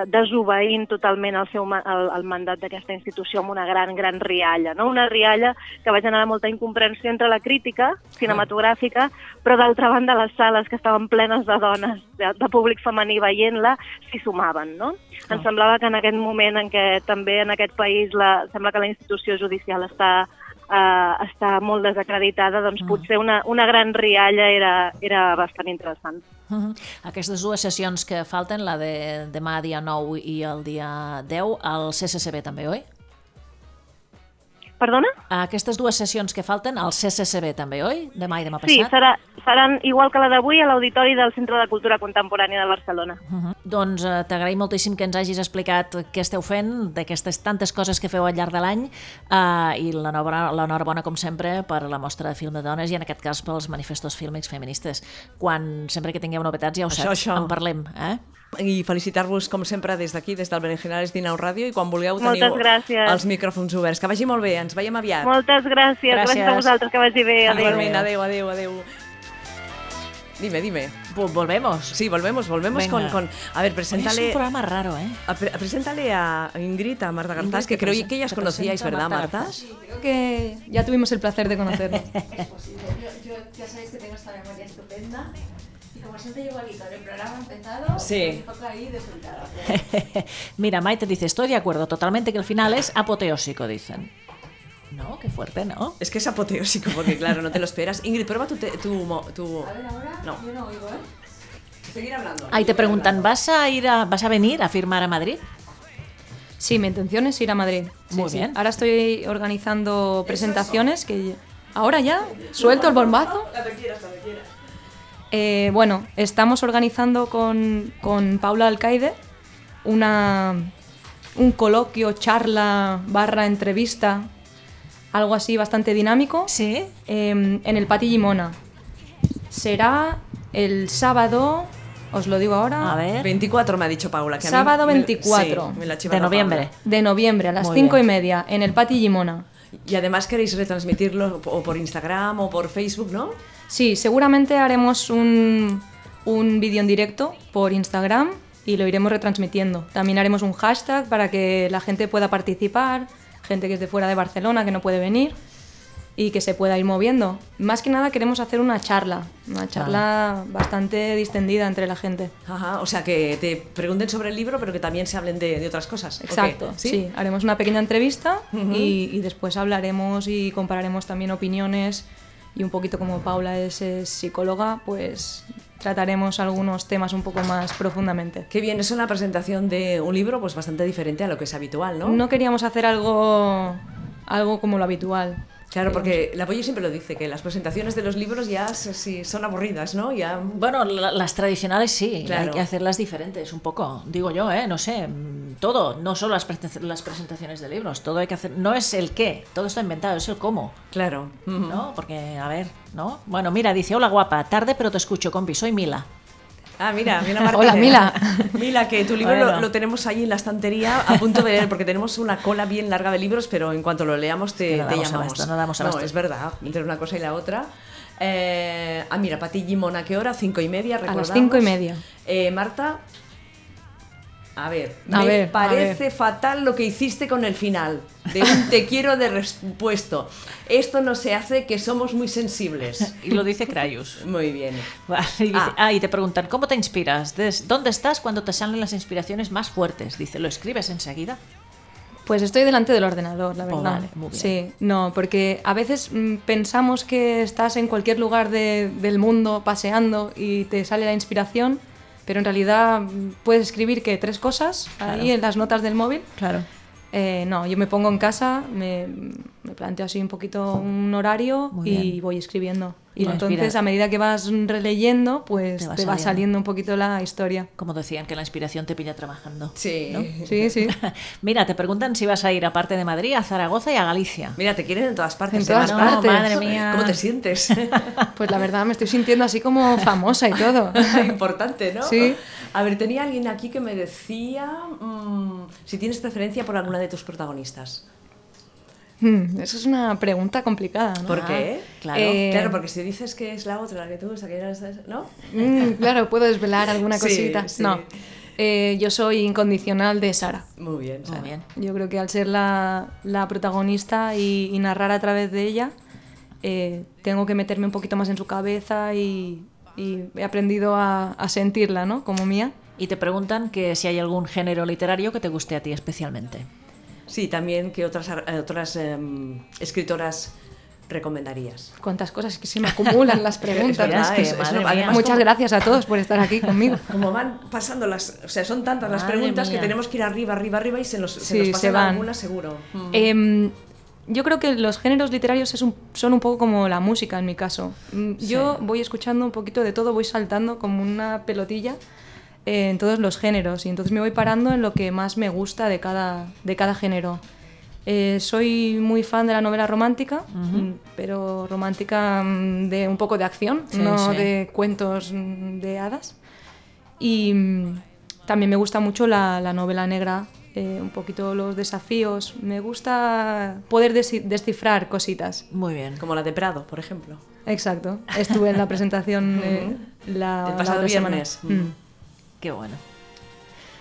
Speaker 6: desobeint totalment el, seu, ma- el, el mandat d'aquesta institució amb una gran, gran rialla. No? Una rialla que va generar molta incomprensió entre la crítica cinematogràfica, però d'altra banda les sales que estaven plenes de dones, de, de públic femení veient-la, s'hi sumaven. No? Em semblava que en aquest moment en què també en aquest país la, sembla que la institució judicial està eh, està molt desacreditada, doncs potser una, una gran rialla era, era bastant interessant.
Speaker 3: Mhm. Aquestes dues sessions que falten, la de demà dia 9 i el dia 10, al CCCB també, oi?
Speaker 6: Perdona?
Speaker 3: Aquestes dues sessions que falten, al CCCB també, oi? Demà i demà
Speaker 6: Sí,
Speaker 3: passat.
Speaker 6: serà, seran igual que la d'avui a l'Auditori del Centre de Cultura Contemporània de Barcelona.
Speaker 3: Mhm. Doncs eh, t'agraïm moltíssim que ens hagis explicat què esteu fent, d'aquestes tantes coses que feu al llarg de l'any eh, i l'enhora- l'enhorabona, com sempre, per la mostra de film de dones i en aquest cas pels manifestos fílmics feministes. Quan sempre que tingueu novetats, ja ho
Speaker 1: Això,
Speaker 3: saps,
Speaker 1: això.
Speaker 3: en parlem. Eh?
Speaker 1: I felicitar-vos, com sempre, des d'aquí, des del Berenjenales Dinau Ràdio, i quan vulgueu teniu
Speaker 6: Moltes gràcies.
Speaker 1: els micròfons oberts. Que vagi molt bé, ens veiem aviat.
Speaker 6: Moltes gràcies. gràcies,
Speaker 3: Gràcies.
Speaker 6: a vosaltres, que vagi bé. Adéu.
Speaker 1: Igualment, adeu, adeu, adeu. Dime, dime.
Speaker 3: Vol- Volvemos.
Speaker 1: Sí, volvemos, volvemos con,
Speaker 3: Venga.
Speaker 1: con... A ver,
Speaker 3: Hoy es un
Speaker 1: preséntale...
Speaker 3: programa raro, ¿eh?
Speaker 1: A, pre- preséntale a Ingrid, a Marta Garzás,
Speaker 3: Ingrid,
Speaker 1: que
Speaker 3: te
Speaker 1: creo
Speaker 3: presen-
Speaker 1: que ellas
Speaker 3: te
Speaker 1: conocíais,
Speaker 3: presento a
Speaker 1: ¿verdad,
Speaker 3: Marta
Speaker 1: Marta?
Speaker 3: Garzás.
Speaker 4: Creo que ya tuvimos el placer de conocernos.
Speaker 7: Ya sabéis que tengo esta memoria estupenda. Y como siempre llego aquí con el programa empezado,
Speaker 1: Sí.
Speaker 7: pues toca ahí disfrutar.
Speaker 3: Mira, Maite dice, estoy de acuerdo totalmente que el final es apoteósico, dicen. No, qué fuerte, ¿no?
Speaker 1: Es que es apoteósico, porque claro, no te lo esperas. Ingrid, prueba tu... te- tu, mo- tu...
Speaker 7: A ver, ahora
Speaker 1: No.
Speaker 7: yo no oigo, ¿eh?
Speaker 1: Seguir hablando.
Speaker 3: Ahí te preguntan, ¿vas a ir a, vas a venir a firmar a Madrid?
Speaker 4: Sí, mi intención es ir a Madrid. Sí,
Speaker 3: Muy
Speaker 4: sí.
Speaker 3: bien.
Speaker 4: Ahora estoy organizando presentaciones que ahora ya suelto el bombazo. Eh, bueno, estamos organizando con, con Paula Alcaide una, un coloquio, charla, barra entrevista, algo así bastante dinámico,
Speaker 3: Sí.
Speaker 4: em, en el Pati Gimona. Será el sábado, os lo digo ahora,
Speaker 3: A ver.
Speaker 1: 24 me ha dicho Paula. Que a mí
Speaker 4: Sábado
Speaker 1: me-
Speaker 4: 24.
Speaker 1: sí, me la ha chivado
Speaker 3: De noviembre.
Speaker 1: Paula.
Speaker 4: de noviembre a las
Speaker 3: Muy
Speaker 4: cinco y
Speaker 3: bien.
Speaker 4: media, en el Pati Gimona.
Speaker 1: Y además queréis retransmitirlo o por Instagram o por Facebook, ¿no?
Speaker 4: Sí, seguramente haremos un, un vídeo en directo por Instagram y lo iremos retransmitiendo. También haremos un hashtag para que la gente pueda participar, gente que es de fuera de Barcelona, que no puede venir y que se pueda ir moviendo. Más que nada queremos hacer una charla, una charla bastante distendida entre la gente.
Speaker 1: Ajá, o sea, que te pregunten sobre el libro, pero que también se hablen de, de otras cosas. ¿o qué?
Speaker 4: Exacto,
Speaker 1: ¿Sí?
Speaker 4: ¿Sí? haremos una pequeña entrevista y, y después hablaremos y compararemos también opiniones y un poquito como Paula es, eh, psicóloga, pues trataremos algunos temas un poco más profundamente.
Speaker 1: Qué bien, es una presentación de un libro pues bastante diferente a lo que es habitual, ¿no?
Speaker 4: ¿No? queríamos hacer algo, algo como lo habitual.
Speaker 1: Claro, porque la Pollo siempre lo dice, que las presentaciones de los libros ya se- sí, son aburridas, ¿no? Ya... mm,
Speaker 3: Bueno, la- las tradicionales sí,
Speaker 1: Claro.
Speaker 3: hay que hacerlas diferentes un poco, digo yo, ¿eh? No sé, mm, todo, no solo las, presen- las presentaciones de libros, todo hay que hacer, no es el qué, todo está inventado, es el cómo.
Speaker 1: Claro. Mm.
Speaker 3: ¿No? Porque, a ver, ¿no? Bueno, mira, dice, hola guapa, tarde pero te escucho, compi, soy Mila.
Speaker 1: Ah, mira, Mila Martínez.
Speaker 4: Hola, Mila.
Speaker 1: Mila, que tu libro lo,
Speaker 3: Bueno.
Speaker 1: lo tenemos ahí en la estantería a punto de leer, porque tenemos una cola bien larga de libros, pero en cuanto lo leamos te,
Speaker 3: que no
Speaker 1: te
Speaker 3: damos
Speaker 1: llamamos.
Speaker 3: abasto, no damos abasto.
Speaker 1: es verdad, entre una cosa y la otra. Eh, ah, mira, Pati Gimón, ¿a qué hora? Cinco y media,
Speaker 4: las
Speaker 1: recordamos.
Speaker 4: cinco y media.
Speaker 1: Eh, Marta, a ver,
Speaker 4: A
Speaker 1: me
Speaker 4: ver, a
Speaker 1: parece fatal lo que hiciste con el final, de un te quiero de respuesto. Esto no se hace, que somos muy sensibles.
Speaker 3: Y lo dice Crayus.
Speaker 1: Muy bien.
Speaker 3: Vale, y dice-
Speaker 1: Ah.
Speaker 3: ah, y te preguntan, ¿cómo te inspiras? Des- ¿Dónde estás cuando te salen las inspiraciones más fuertes? Dice, ¿lo escribes enseguida?
Speaker 4: Pues estoy delante del ordenador, la
Speaker 3: Oh,
Speaker 4: verdad.
Speaker 3: vale, muy bien.
Speaker 4: Sí, no, porque a veces mm, pensamos que estás en cualquier lugar de- del mundo paseando y te sale la inspiración, pero en realidad mm, puedes escribir que tres cosas ahí en las notas del móvil.
Speaker 3: Claro.
Speaker 4: Eh, no, yo me mm, pongo en casa, me, me planteo así un poquito un horario
Speaker 3: Muy
Speaker 4: y
Speaker 3: bien.
Speaker 4: voy escribiendo. Y
Speaker 3: Bueno,
Speaker 4: entonces,
Speaker 3: inspira-
Speaker 4: a medida que vas releyendo, pues
Speaker 3: Te
Speaker 4: te
Speaker 3: va
Speaker 4: va,
Speaker 3: saliendo.
Speaker 4: saliendo un poquito la historia.
Speaker 3: Como decían, que la inspiración te pilla trabajando.
Speaker 1: Sí.
Speaker 4: Sí, sí.
Speaker 3: Mira, te preguntan si vas a ir, aparte de Madrid, a Zaragoza y a Galicia.
Speaker 1: Mira, te quieren en todas partes.
Speaker 4: En todas
Speaker 1: ¿eh, Marta?
Speaker 4: partes.
Speaker 3: madre mía.
Speaker 1: ¿Cómo te sientes?
Speaker 4: Pues la verdad me estoy sintiendo así como famosa y todo.
Speaker 1: Importante, ¿no?
Speaker 4: Sí.
Speaker 1: A ver, tenía alguien aquí que me decía mm, si tienes preferencia por alguna de tus protagonistas.
Speaker 4: Hmm, Eso es una pregunta complicada, ¿no?
Speaker 1: ¿Por
Speaker 3: Ah,
Speaker 1: qué?
Speaker 3: claro.
Speaker 4: Eh,
Speaker 1: Claro, porque si dices que es la otra, la que te gusta, que ya estás- ¿no?
Speaker 4: Mm, claro, puedo desvelar alguna
Speaker 1: Sí,
Speaker 4: cosita.
Speaker 1: sí.
Speaker 4: No, Eh, yo soy incondicional de Sara.
Speaker 1: Muy bien,
Speaker 3: Muy
Speaker 1: Sara.
Speaker 3: bien.
Speaker 4: Yo creo que al ser la, la protagonista y, y narrar a través de ella, eh, tengo que meterme un poquito más en su cabeza y, y he aprendido a, a sentirla, ¿no? Como mía.
Speaker 3: Y te preguntan que si hay algún género literario que te guste a ti especialmente.
Speaker 1: Sí, también, ¿qué otras, ar- eh, otras em, escritoras recomendarías?
Speaker 4: Cuántas cosas que se me acumulan las preguntas.
Speaker 1: verdad,
Speaker 4: ¿no? Es que
Speaker 1: eh,
Speaker 4: es-
Speaker 1: madre
Speaker 4: es una-
Speaker 1: mía.
Speaker 4: además, Muchas
Speaker 1: como-
Speaker 4: gracias a todos por estar aquí conmigo.
Speaker 1: Como van pasando las... O sea, son tantas las
Speaker 3: Madre
Speaker 1: preguntas
Speaker 3: mía.
Speaker 1: que tenemos que ir arriba, arriba, arriba y se nos, se
Speaker 4: Sí,
Speaker 1: nos
Speaker 4: se
Speaker 1: pasan
Speaker 4: van.
Speaker 1: algunas seguro. Mm.
Speaker 4: Em, yo creo que los géneros literarios es un- son un poco como la música en mi caso. Mm, Yo voy escuchando un poquito de todo, voy saltando como una pelotilla eh, en todos los géneros y entonces me voy parando en lo que más me gusta de cada, de cada género. Eh, soy muy fan de la novela romántica, mm, pero romántica mm, de un poco de acción,
Speaker 3: Sí,
Speaker 4: no
Speaker 3: sí.
Speaker 4: de cuentos mm, de hadas. Y mm, también me gusta mucho la, la novela negra, eh, un poquito los desafíos. Me gusta poder desi- descifrar cositas.
Speaker 3: Muy bien.
Speaker 1: Como la de Prado, por ejemplo.
Speaker 4: Exacto. Estuve en la presentación eh, la,
Speaker 1: El pasado
Speaker 4: la otra semana.
Speaker 1: viernes.
Speaker 4: Mm.
Speaker 3: Qué bueno.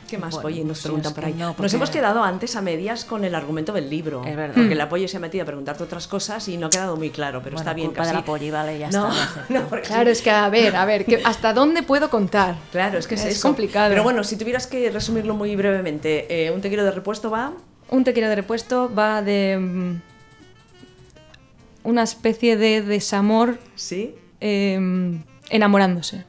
Speaker 1: ¿Qué más,
Speaker 3: Bueno,
Speaker 1: Polly? Nos
Speaker 3: si
Speaker 1: preguntan
Speaker 3: es que
Speaker 1: por ahí.
Speaker 3: no, porque-
Speaker 1: Nos hemos quedado antes a medias con el argumento del libro.
Speaker 3: Es verdad.
Speaker 4: Mm.
Speaker 1: Porque el apoyo se ha metido a preguntarte otras cosas y no ha quedado muy claro, pero
Speaker 3: Bueno,
Speaker 1: está bien
Speaker 3: culpa
Speaker 1: casi.
Speaker 3: del Polly, vale, ya
Speaker 1: no,
Speaker 3: está, lo acepto.
Speaker 1: no, porque
Speaker 4: Claro,
Speaker 1: sí.
Speaker 4: es que a ver, a ver, que- ¿hasta dónde puedo contar?
Speaker 1: Claro, es que es,
Speaker 4: es
Speaker 1: eso.
Speaker 4: complicado.
Speaker 1: Pero bueno, si tuvieras que resumirlo muy brevemente, eh, un tequilo de repuesto va.
Speaker 4: Un tequila de repuesto va de mm, una especie de desamor
Speaker 1: Sí,
Speaker 4: eh, enamorándose.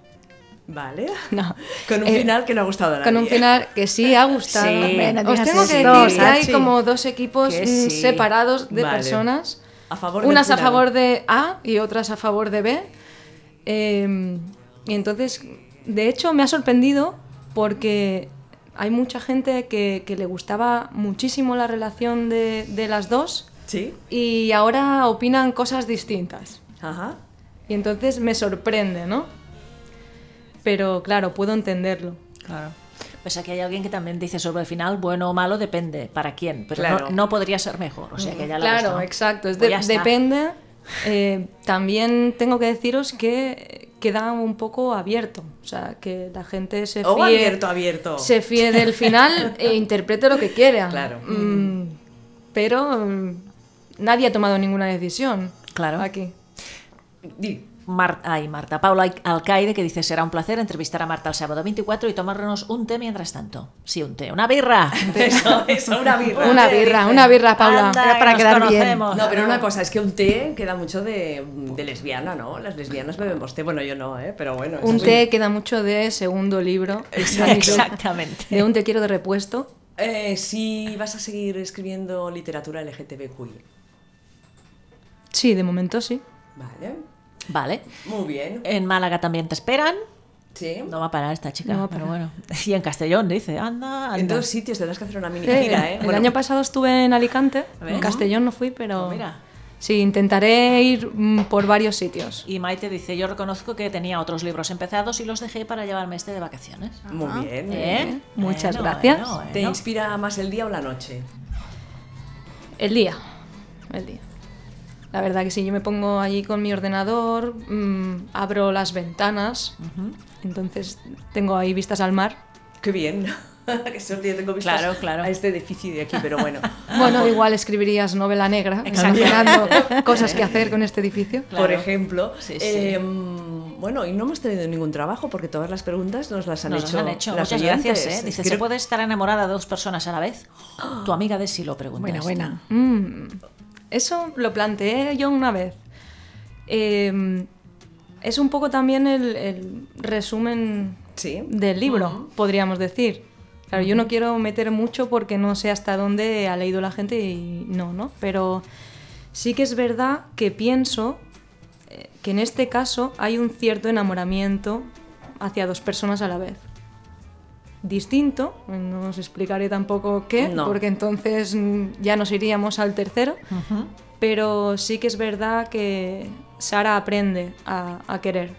Speaker 1: vale.
Speaker 4: No.
Speaker 1: Con un
Speaker 4: Eh,
Speaker 1: final que no ha gustado a nadie.
Speaker 4: Con un final que sí ha gustado.
Speaker 3: Sí. Hombre, no
Speaker 4: Os
Speaker 3: digas
Speaker 4: tengo que
Speaker 3: eso,
Speaker 4: decir que hay
Speaker 3: Sachi.
Speaker 4: como dos equipos
Speaker 3: Que
Speaker 4: mm,
Speaker 3: sí.
Speaker 4: separados de
Speaker 1: Vale.
Speaker 4: personas.
Speaker 1: A favor del
Speaker 4: unas a
Speaker 1: final.
Speaker 4: favor de A y otras a favor de B. Eh, y entonces, de hecho, me ha sorprendido porque hay mucha gente que, que le gustaba muchísimo la relación de, de las dos
Speaker 1: Sí,
Speaker 4: y ahora opinan cosas distintas.
Speaker 1: ajá.
Speaker 4: Y entonces me sorprende, ¿no? Pero claro, puedo entenderlo.
Speaker 3: Claro. Pues aquí hay alguien que también dice sobre el final, bueno o malo, depende para quién, pero
Speaker 1: Claro.
Speaker 3: no, no podría ser mejor. O sea que ya la
Speaker 4: Claro,
Speaker 3: ves, ¿no?
Speaker 4: exacto. es
Speaker 3: Pues
Speaker 4: de-
Speaker 3: ya está.
Speaker 4: depende. Eh, también tengo que deciros que queda un poco abierto. O sea, que la gente se
Speaker 1: O
Speaker 4: fíe,
Speaker 1: abierto, abierto.
Speaker 4: se fíe del final e interprete lo que quiera.
Speaker 1: Claro.
Speaker 4: Mm, pero mm, nadie ha tomado ninguna decisión.
Speaker 3: Claro.
Speaker 4: Aquí.
Speaker 1: Di.
Speaker 3: Mar- ay, Marta. Paula Alcaide que dice, será un placer entrevistar a Marta el sábado 24 y tomarnos un té mientras tanto. Sí, un té. Una birra.
Speaker 1: Eso, eso, una birra.
Speaker 4: Una
Speaker 1: Te
Speaker 4: birra,
Speaker 1: dicen.
Speaker 4: una birra, Paula.
Speaker 3: Anda,
Speaker 5: Era para
Speaker 3: nos
Speaker 5: quedar bien.
Speaker 3: conocemos.
Speaker 1: No, pero una cosa, es que un té queda mucho de, de lesbiana, ¿no? Las lesbianas bebemos té, bueno, yo no, ¿eh? Pero bueno.
Speaker 4: Un
Speaker 1: eso-
Speaker 4: té queda mucho de segundo libro.
Speaker 3: Exactamente.
Speaker 4: De un te quiero de repuesto.
Speaker 1: Eh, si vas a seguir escribiendo literatura LGTBQI,
Speaker 4: Sí, de momento sí.
Speaker 1: ¿vale?
Speaker 3: Vale.
Speaker 1: Muy bien.
Speaker 3: En Málaga también te esperan.
Speaker 1: Sí.
Speaker 3: No va a parar esta chica,
Speaker 4: No va a
Speaker 3: pero
Speaker 4: parar.
Speaker 3: bueno. Y en Castellón dice, anda, anda.
Speaker 1: En dos sitios tendrás que hacer una mini
Speaker 4: Eh,
Speaker 1: gira, ¿eh?
Speaker 4: El
Speaker 1: Bueno,
Speaker 4: año pasado estuve en Alicante,
Speaker 3: ¿Ves?
Speaker 4: en Castellón no fui, pero
Speaker 3: Pues mira.
Speaker 4: sí, intentaré ir mm, por varios sitios.
Speaker 3: Y Maite dice, yo reconozco que tenía otros libros empezados y los dejé para llevarme este de vacaciones.
Speaker 1: Muy bien.
Speaker 3: ¿Eh?
Speaker 4: Ah, Muchas
Speaker 3: Bueno,
Speaker 4: gracias.
Speaker 3: bueno, bueno.
Speaker 1: ¿Te inspira más el día o la noche?
Speaker 4: El día, el día. La verdad que sí, yo me pongo allí con mi ordenador, mm, abro las ventanas, entonces tengo ahí vistas al mar.
Speaker 1: Qué bien. Qué suerte, yo tengo vistas
Speaker 3: Claro, claro.
Speaker 1: a este edificio de aquí, pero bueno.
Speaker 4: Bueno, igual escribirías novela negra,
Speaker 3: Exacto.
Speaker 4: imaginando cosas que hacer con este edificio.
Speaker 1: Por
Speaker 3: Claro.
Speaker 1: ejemplo.
Speaker 3: Sí, sí.
Speaker 1: Eh, bueno, y no hemos tenido ningún trabajo porque todas las preguntas nos las han
Speaker 3: Nos
Speaker 1: hecho.
Speaker 3: lo han hecho.
Speaker 1: las
Speaker 3: Muchas gracias.
Speaker 1: oyentes.
Speaker 3: ¿eh? Dice, ¿se
Speaker 1: Creo-
Speaker 3: puede estar enamorada de dos personas a la vez? Tu amiga de sí lo pregunta.
Speaker 5: Buena,
Speaker 3: esto.
Speaker 5: buena.
Speaker 4: Mm, eso lo planteé yo una vez. Eh, es un poco también el, el resumen
Speaker 1: Sí.
Speaker 4: del libro, podríamos decir. Claro, yo no quiero meter mucho porque no sé hasta dónde ha leído la gente y no, ¿no? Pero sí que es verdad que pienso eh, que en este caso hay un cierto enamoramiento hacia dos personas a la vez. Distinto, no os explicaré tampoco qué,
Speaker 1: No.
Speaker 4: porque entonces mm, ya nos iríamos al tercero, pero sí que es verdad que Sara aprende a, a querer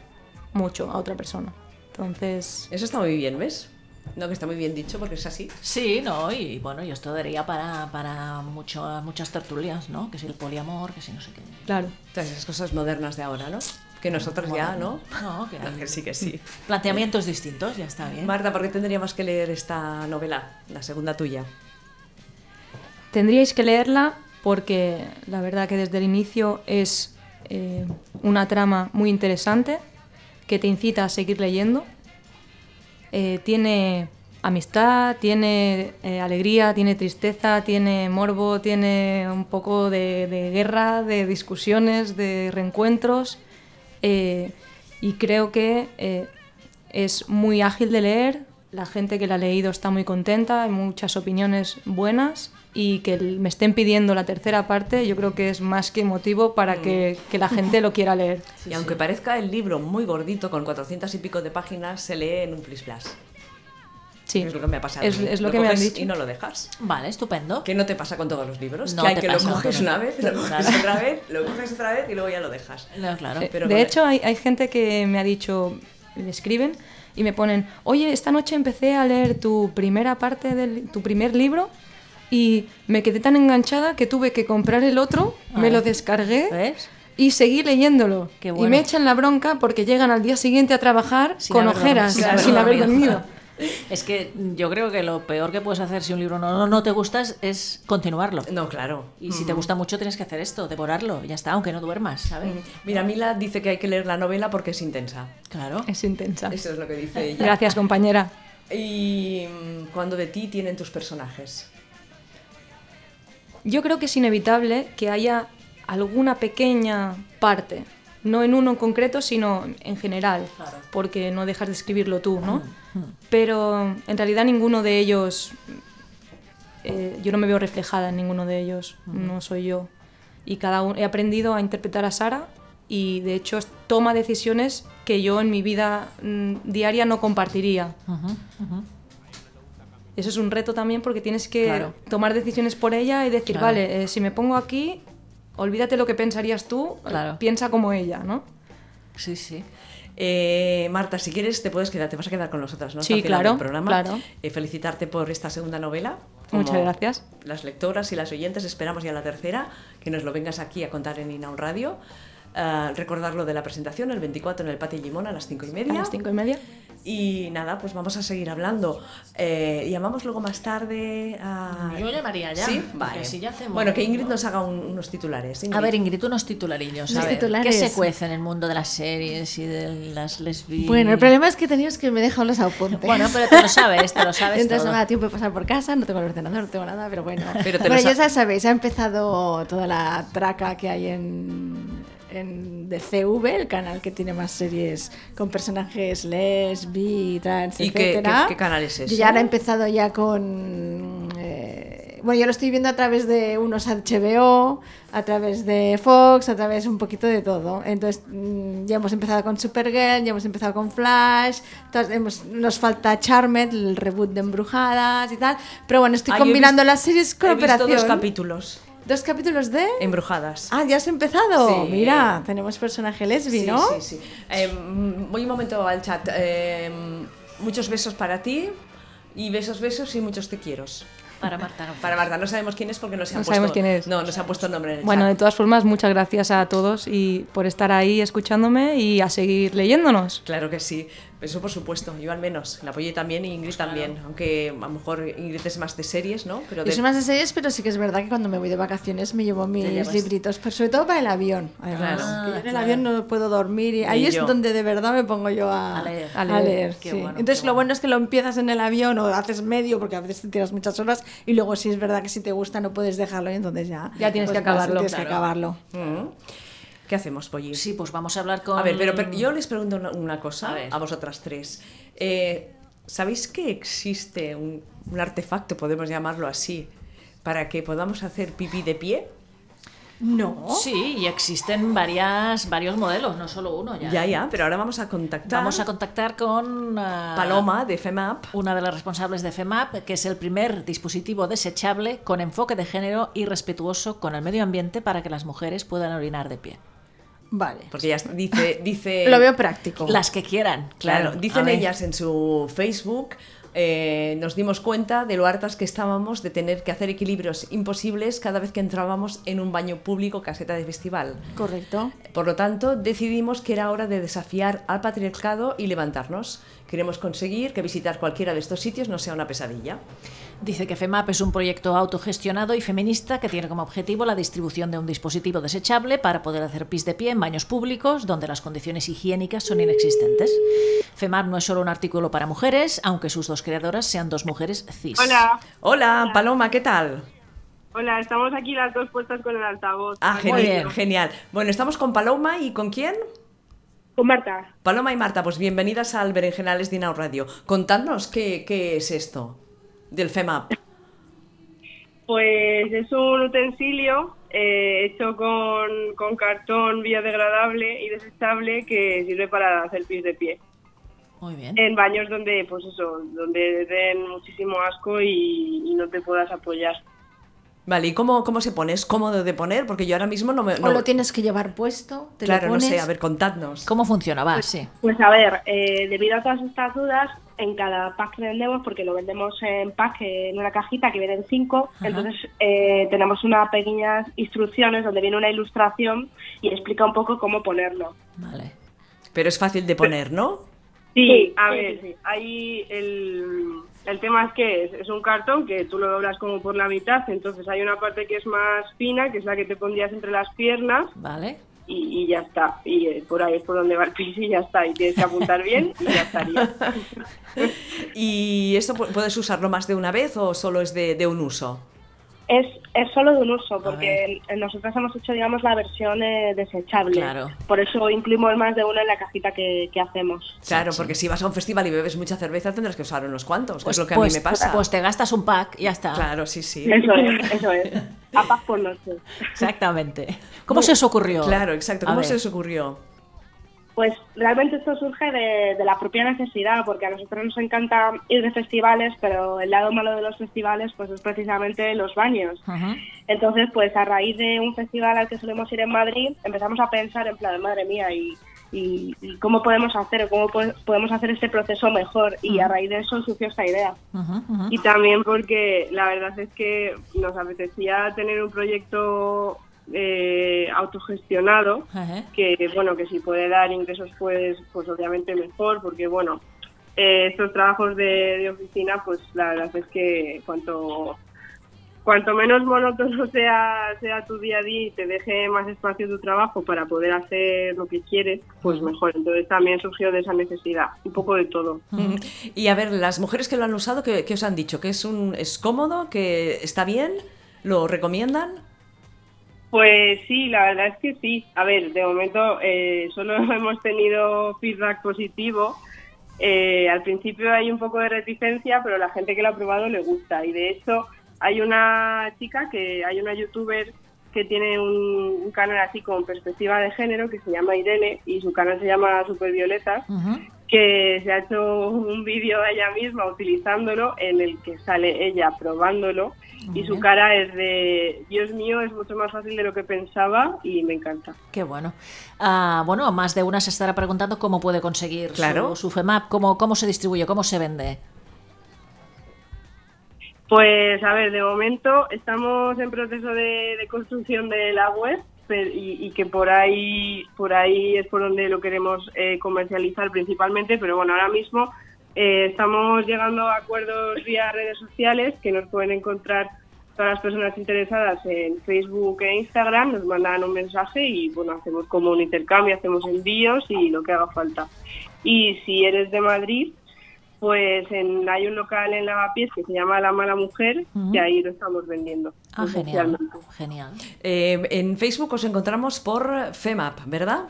Speaker 4: mucho a otra persona. Entonces,
Speaker 1: Eso está muy bien, ¿ves? No, que está muy bien dicho porque es así.
Speaker 3: Sí, no, y bueno, y esto daría para, para mucho- muchas tertulias, ¿no? Que si el poliamor, que si no sé qué.
Speaker 4: claro,
Speaker 1: Todas esas cosas modernas de ahora, ¿no? Que nosotros ya, ¿no?
Speaker 3: No, que ¿Eh? hay
Speaker 1: Que sí, que sí.
Speaker 3: planteamientos distintos, ya está bien.
Speaker 1: Marta, ¿por qué tendríamos que leer esta novela, la segunda tuya?
Speaker 4: Tendríais que leerla porque la verdad que desde el inicio es eh, una trama muy interesante que te incita a seguir leyendo. Eh, tiene amistad, tiene eh, alegría, tiene tristeza, tiene morbo, tiene un poco de, de guerra, de discusiones, de reencuentros. eh, y creo que eh, es muy ágil de leer. La gente que la ha leído está muy contenta, hay muchas opiniones buenas y que el- me estén pidiendo la tercera parte, yo creo que es más que motivo
Speaker 1: Mm.
Speaker 4: para que, que la gente lo quiera leer.
Speaker 1: y aunque parezca el libro muy gordito, con 400 y pico de páginas, se lee en un plis
Speaker 4: Sí,
Speaker 1: Es lo que me ha pasado. a
Speaker 4: Es,
Speaker 1: mí.
Speaker 4: es lo, que me han
Speaker 1: coges
Speaker 4: dicho.
Speaker 1: Y no lo dejas.
Speaker 3: Vale, estupendo.
Speaker 1: Que no te pasa con todos los libros.
Speaker 3: No
Speaker 1: que hay
Speaker 3: te
Speaker 1: que lo
Speaker 3: pasa con
Speaker 1: coges
Speaker 3: todos.
Speaker 1: una vez, lo coges
Speaker 3: Claro.
Speaker 1: otra vez, lo coges otra vez y luego ya lo dejas.
Speaker 3: No, claro.
Speaker 4: Eh,
Speaker 1: pero
Speaker 4: de
Speaker 1: con-
Speaker 4: hecho, hay, hay gente que me ha dicho, me escriben y me ponen, oye, esta noche empecé a leer tu primera parte del tu primer libro y me quedé tan enganchada que tuve que comprar el otro, me
Speaker 3: Ay.
Speaker 4: lo descargué
Speaker 3: ¿Ves?
Speaker 4: y seguí
Speaker 3: Ah.
Speaker 4: leyéndolo.
Speaker 3: Eh. Qué
Speaker 4: Y
Speaker 3: bueno.
Speaker 4: me echan la bronca porque llegan al día siguiente a trabajar
Speaker 3: Sin
Speaker 4: con
Speaker 3: haber
Speaker 4: ojeras,
Speaker 3: dormido.
Speaker 4: sin haber dormido.
Speaker 3: Es que yo creo que lo peor que puedes hacer si un libro no, no, no te gusta es- es continuarlo.
Speaker 1: No, claro.
Speaker 3: Y si te gusta mucho tienes que hacer esto, devorarlo, ya está, aunque no duermas, ¿sabes?
Speaker 1: mm, Mira, Mila dice que hay que leer la novela porque es intensa.
Speaker 3: Claro.
Speaker 4: Es intensa.
Speaker 1: Eso es lo que dice ella.
Speaker 4: Gracias, compañera.
Speaker 1: Y mm, cuando de ti tienen tus personajes.
Speaker 4: Yo creo que es inevitable que haya alguna pequeña parte, no en uno en concreto, sino en general, porque no dejas de escribirlo tú, ¿no? Pero en realidad ninguno de ellos, eh, yo no me veo reflejada en ninguno de ellos, no soy yo. Y cada uno, he aprendido a interpretar a Sara y de hecho toma decisiones que yo en mi vida mm, diaria no compartiría. Eso es un reto también porque tienes que
Speaker 3: Claro.
Speaker 4: tomar decisiones por ella y decir,
Speaker 3: Claro.
Speaker 4: vale, eh, si me pongo aquí, olvídate lo que pensarías tú, eh,
Speaker 3: Claro.
Speaker 4: piensa como ella, ¿no?
Speaker 3: Sí, sí.
Speaker 1: Eh, Marta, si quieres te puedes quedar, te vas a quedar con nosotras, ¿no? Hasta
Speaker 4: Sí,
Speaker 1: el final
Speaker 4: claro,
Speaker 1: del programa.
Speaker 4: claro.
Speaker 1: Eh, felicitarte por esta segunda novela.
Speaker 4: Muchas gracias.
Speaker 1: Las lectoras y las oyentes esperamos ya la tercera, que nos lo vengas aquí a contar en Inaun Radio. Eh, recordar lo de la presentación el 24 en el Patio Limón a las 5 y media.
Speaker 4: A las cinco y media.
Speaker 1: Y nada, pues vamos a seguir hablando. Eh, llamamos luego más tarde a...
Speaker 3: Yo llamaría ya,
Speaker 1: Sí,
Speaker 3: porque
Speaker 1: vale.
Speaker 3: así ya hacemos-
Speaker 1: bueno, que Ingrid nos haga un- unos titulares. Ingrid.
Speaker 3: A ver, Ingrid, unos titularillos.
Speaker 7: Unos
Speaker 3: a ver,
Speaker 7: titulares.
Speaker 3: ¿Qué se cuece en el mundo de las series y de las lesbianas?
Speaker 7: Bueno, el problema es que tenías que me he dejado los apuntes.
Speaker 3: Bueno, pero te lo sabes, te lo sabes
Speaker 7: Entonces
Speaker 3: todo.
Speaker 7: no me da tiempo de pasar por casa, no tengo el ordenador, no tengo nada, pero bueno.
Speaker 1: Pero te lo
Speaker 7: bueno, ya
Speaker 1: sa-
Speaker 7: sa- sabéis, ha empezado toda la traca que hay en, en DCV, el canal que tiene más series con personajes les, bi, trans,
Speaker 1: ¿Y qué-
Speaker 7: etcétera.
Speaker 1: qué- qué canal es
Speaker 7: Yo ya ahora he
Speaker 1: ese?
Speaker 7: empezado ya con... eh, bueno, yo lo estoy viendo a través de unos HBO, a través de Fox, a través un poquito de todo. Entonces, mm, ya hemos empezado con Supergirl, ya hemos empezado con Flash, todas- hemos- nos falta Charmed, el reboot de Embrujadas y tal. Pero bueno, estoy
Speaker 1: Ah, yo he
Speaker 7: combinando
Speaker 1: vis-
Speaker 7: las series con
Speaker 1: he
Speaker 7: operación.
Speaker 1: Visto dos capítulos
Speaker 7: Dos capítulos de...
Speaker 1: embrujadas.
Speaker 7: Ah, ya has empezado.
Speaker 1: Sí.
Speaker 7: Mira, tenemos personaje lesbi,
Speaker 1: sí,
Speaker 7: ¿no?
Speaker 1: sí, sí. Eh, mm, voy un momento al chat. Eh, muchos besos para ti y besos, besos y muchos te quiero.
Speaker 3: Para Marta. no.
Speaker 1: Para Marta, no sabemos quién es porque no se ha
Speaker 4: No
Speaker 1: puesto.
Speaker 4: sabemos quién es.
Speaker 1: No, no se ha puesto nombre en el
Speaker 4: Bueno, de
Speaker 1: chat.
Speaker 4: todas formas, muchas gracias a todos y por estar ahí escuchándome y a seguir leyéndonos.
Speaker 1: Claro que sí, eso por supuesto, yo al menos, la apoyé también y Ingrid también, aunque a lo mejor Ingrid es más de series, ¿no? Pero
Speaker 7: Yo
Speaker 1: de-
Speaker 7: soy más de series, pero sí que es verdad que cuando me voy de vacaciones me llevo mis
Speaker 1: llevas-
Speaker 7: libritos, pero sobre todo para el avión. Además,
Speaker 1: Claro.
Speaker 7: que yo en el avión no puedo dormir y ahí es
Speaker 1: yo.
Speaker 7: donde de verdad me pongo yo a,
Speaker 3: A leer.
Speaker 7: a
Speaker 4: leer.
Speaker 7: leer,
Speaker 3: Qué
Speaker 7: sí.
Speaker 3: bueno,
Speaker 7: Entonces,
Speaker 3: qué
Speaker 7: lo
Speaker 3: bueno.
Speaker 7: bueno es que lo empiezas en el avión o haces medio, porque a veces te tiras muchas horas y luego, si es verdad que si te gusta, no puedes dejarlo y entonces ya.
Speaker 4: Ya tienes que
Speaker 7: vas,
Speaker 4: acabarlo,
Speaker 7: Tienes
Speaker 4: claro.
Speaker 7: que acabarlo.
Speaker 1: Mm. ¿Qué hacemos, Polly?
Speaker 3: Sí, pues vamos a hablar con...
Speaker 1: A ver, pero, pero yo les pregunto una, una cosa
Speaker 3: A
Speaker 1: a,
Speaker 3: ver.
Speaker 1: vosotras tres. Eh, ¿Sabéis que existe un, un artefacto, podemos llamarlo así, para que podamos hacer pipí de pie?
Speaker 7: No.
Speaker 3: Sí, y existen varias, varios modelos, no solo uno ya.
Speaker 1: Ya, ya, pero ahora vamos a contactar
Speaker 3: Vamos a contactar con ah,
Speaker 1: Paloma de FEMAP.
Speaker 3: una de las responsables de FEMAP, que es el primer dispositivo desechable con enfoque de género y respetuoso con el medio ambiente para que las mujeres puedan orinar de pie.
Speaker 7: Vale.
Speaker 1: Porque ya dice, dice
Speaker 7: Lo veo práctico.
Speaker 3: Las que quieran, claro.
Speaker 1: Claro,
Speaker 3: A
Speaker 1: dicen
Speaker 3: ver.
Speaker 1: ellas en su Facebook, eh, nos dimos cuenta de lo hartas que estábamos de tener que hacer equilibrios imposibles cada vez que entrábamos en un baño público caseta de festival.
Speaker 7: Correcto.
Speaker 1: Por lo tanto, decidimos que era hora de desafiar al patriarcado y levantarnos. Queremos conseguir que visitar cualquiera de estos sitios no sea una pesadilla.
Speaker 3: Dice que FEMAP es un proyecto autogestionado y feminista que tiene como objetivo la distribución de un dispositivo desechable para poder hacer pis de pie en baños públicos donde las condiciones higiénicas son inexistentes. FEMAP no es solo un artículo para mujeres, aunque sus dos creadoras sean dos mujeres cis.
Speaker 8: Hola,
Speaker 1: Hola, Paloma, ¿qué tal?
Speaker 8: hola, estamos aquí las dos puestas con el altavoz.
Speaker 1: Ah,
Speaker 3: Muy
Speaker 1: genial,
Speaker 3: bien.
Speaker 1: genial. Bueno, estamos con Paloma y ¿con quién?
Speaker 8: Con Marta.
Speaker 1: Paloma y Marta, pues bienvenidas al Berenjenales Dinau Radio. Contadnos qué, qué es esto del FEMAP.
Speaker 8: Pues es un utensilio eh, hecho con, con cartón biodegradable y desechable que sirve para hacer pis de pie.
Speaker 3: Muy bien.
Speaker 8: En baños donde, pues eso, donde den muchísimo asco y, y no te puedas apoyar.
Speaker 1: Vale, ¿y cómo, cómo se pone? ¿Es cómodo de poner? Porque yo ahora mismo no me...
Speaker 7: O
Speaker 1: no-
Speaker 7: lo tienes que llevar puesto, te
Speaker 1: claro,
Speaker 7: lo pones.
Speaker 1: no sé, a ver, contadnos.
Speaker 3: ¿Cómo funciona? Va, sí.
Speaker 8: Pues a ver, eh, debido a todas estas dudas, en cada pack que vendemos, porque lo vendemos en pack, eh, en una cajita que vienen cinco,
Speaker 3: Ajá.
Speaker 8: entonces eh, tenemos unas pequeñas instrucciones donde viene una ilustración y explica un poco cómo ponerlo.
Speaker 3: Vale.
Speaker 1: Pero es fácil de poner, ¿no?
Speaker 8: Sí, a ver, ahí el, el tema es que es, es un cartón que tú lo doblas como por la mitad, entonces hay una parte que es más fina, que es la que te pondrías entre las piernas
Speaker 3: Vale.
Speaker 8: y, y ya está. Y eh, por ahí es por donde va el pis y ya está. Y tienes que apuntar bien y ya estaría.
Speaker 1: ¿Y esto pu- puedes usarlo más de una vez o solo es de, de un uso?
Speaker 8: Es, es solo de un uso,
Speaker 3: ver.
Speaker 8: porque eh, nosotras hemos hecho, digamos, la versión eh, desechable.
Speaker 3: Claro.
Speaker 8: Por eso incluimos más de una en la cajita que, que hacemos.
Speaker 1: Claro,
Speaker 3: sí.
Speaker 1: porque si vas a un festival y bebes mucha cerveza tendrás que usar unos cuantos, que es lo que a mí me
Speaker 3: pues-
Speaker 1: pasa.
Speaker 3: pues te gastas un pack, ya está.
Speaker 1: claro, sí, sí.
Speaker 8: Eso es, eso es. A paz por noche.
Speaker 3: Exactamente. ¿Cómo se os ocurrió?
Speaker 1: Claro, exacto.
Speaker 3: A
Speaker 1: ¿Cómo
Speaker 3: ver.
Speaker 1: se os ocurrió?
Speaker 8: Pues realmente esto surge de, de la propia necesidad, porque a nosotros nos encanta ir de festivales, pero el lado malo de los festivales pues es precisamente los baños.
Speaker 3: Ajá.
Speaker 8: Entonces, pues a raíz de un festival al que solemos ir en Madrid, empezamos a pensar en plan, madre mía, y, y- y cómo podemos hacer o cómo po- podemos hacer este proceso mejor. Y a raíz de eso surgió esta idea.
Speaker 3: Ajá, ajá.
Speaker 8: Y también porque la verdad es que nos apetecía tener un proyecto eh, autogestionado
Speaker 3: Ajá.
Speaker 8: que bueno que si puede dar ingresos pues pues obviamente mejor porque bueno eh, estos trabajos de, de oficina pues la verdad es que cuanto cuanto menos monótono sea sea tu día a día y te deje más espacio tu trabajo para poder hacer lo que quieres pues mejor entonces también surgió de esa necesidad un poco de todo
Speaker 1: Mm. Y a ver, las mujeres que lo han usado, ¿qué, qué os han dicho? ¿Que es, un, es cómodo? ¿Que está bien? ¿Lo recomiendan?
Speaker 8: Pues sí, la verdad es que sí. A ver, de momento eh, solo hemos tenido feedback positivo. Eh, al principio hay un poco de reticencia, pero la gente que lo ha probado le gusta. Y de hecho hay una chica, que hay una youtuber que tiene un, un canal así con perspectiva de género que se llama Irene y su canal se llama Supervioleta,
Speaker 3: Ajá.
Speaker 8: que se ha hecho un vídeo de ella misma utilizándolo en el que sale ella probándolo
Speaker 3: Muy
Speaker 8: y su
Speaker 3: bien.
Speaker 8: cara es de, Dios mío, es mucho más fácil de lo que pensaba y me encanta.
Speaker 3: Qué bueno. Ah, bueno, más de una se estará preguntando cómo puede conseguir su-
Speaker 1: Claro.
Speaker 3: su, FEMAP, cómo, cómo se distribuye, cómo se vende.
Speaker 8: Pues a ver, de momento estamos en proceso de, de construcción de la web pero- y, y que por ahí, por ahí es por donde lo queremos eh, comercializar principalmente, pero bueno, ahora mismo eh, estamos llegando a acuerdos vía redes sociales que nos pueden encontrar todas las personas interesadas en Facebook e Instagram, nos mandan un mensaje y bueno, hacemos como un intercambio, hacemos envíos y lo que haga falta. Y si eres de Madrid, pues en, hay un local en Lavapiés que se llama La Mala Mujer,
Speaker 3: Ujú.
Speaker 8: que ahí lo estamos vendiendo.
Speaker 3: Ah, genial.
Speaker 8: presencialmente.
Speaker 3: Genial.
Speaker 1: Eh, en Facebook os encontramos por FEMAP, ¿verdad?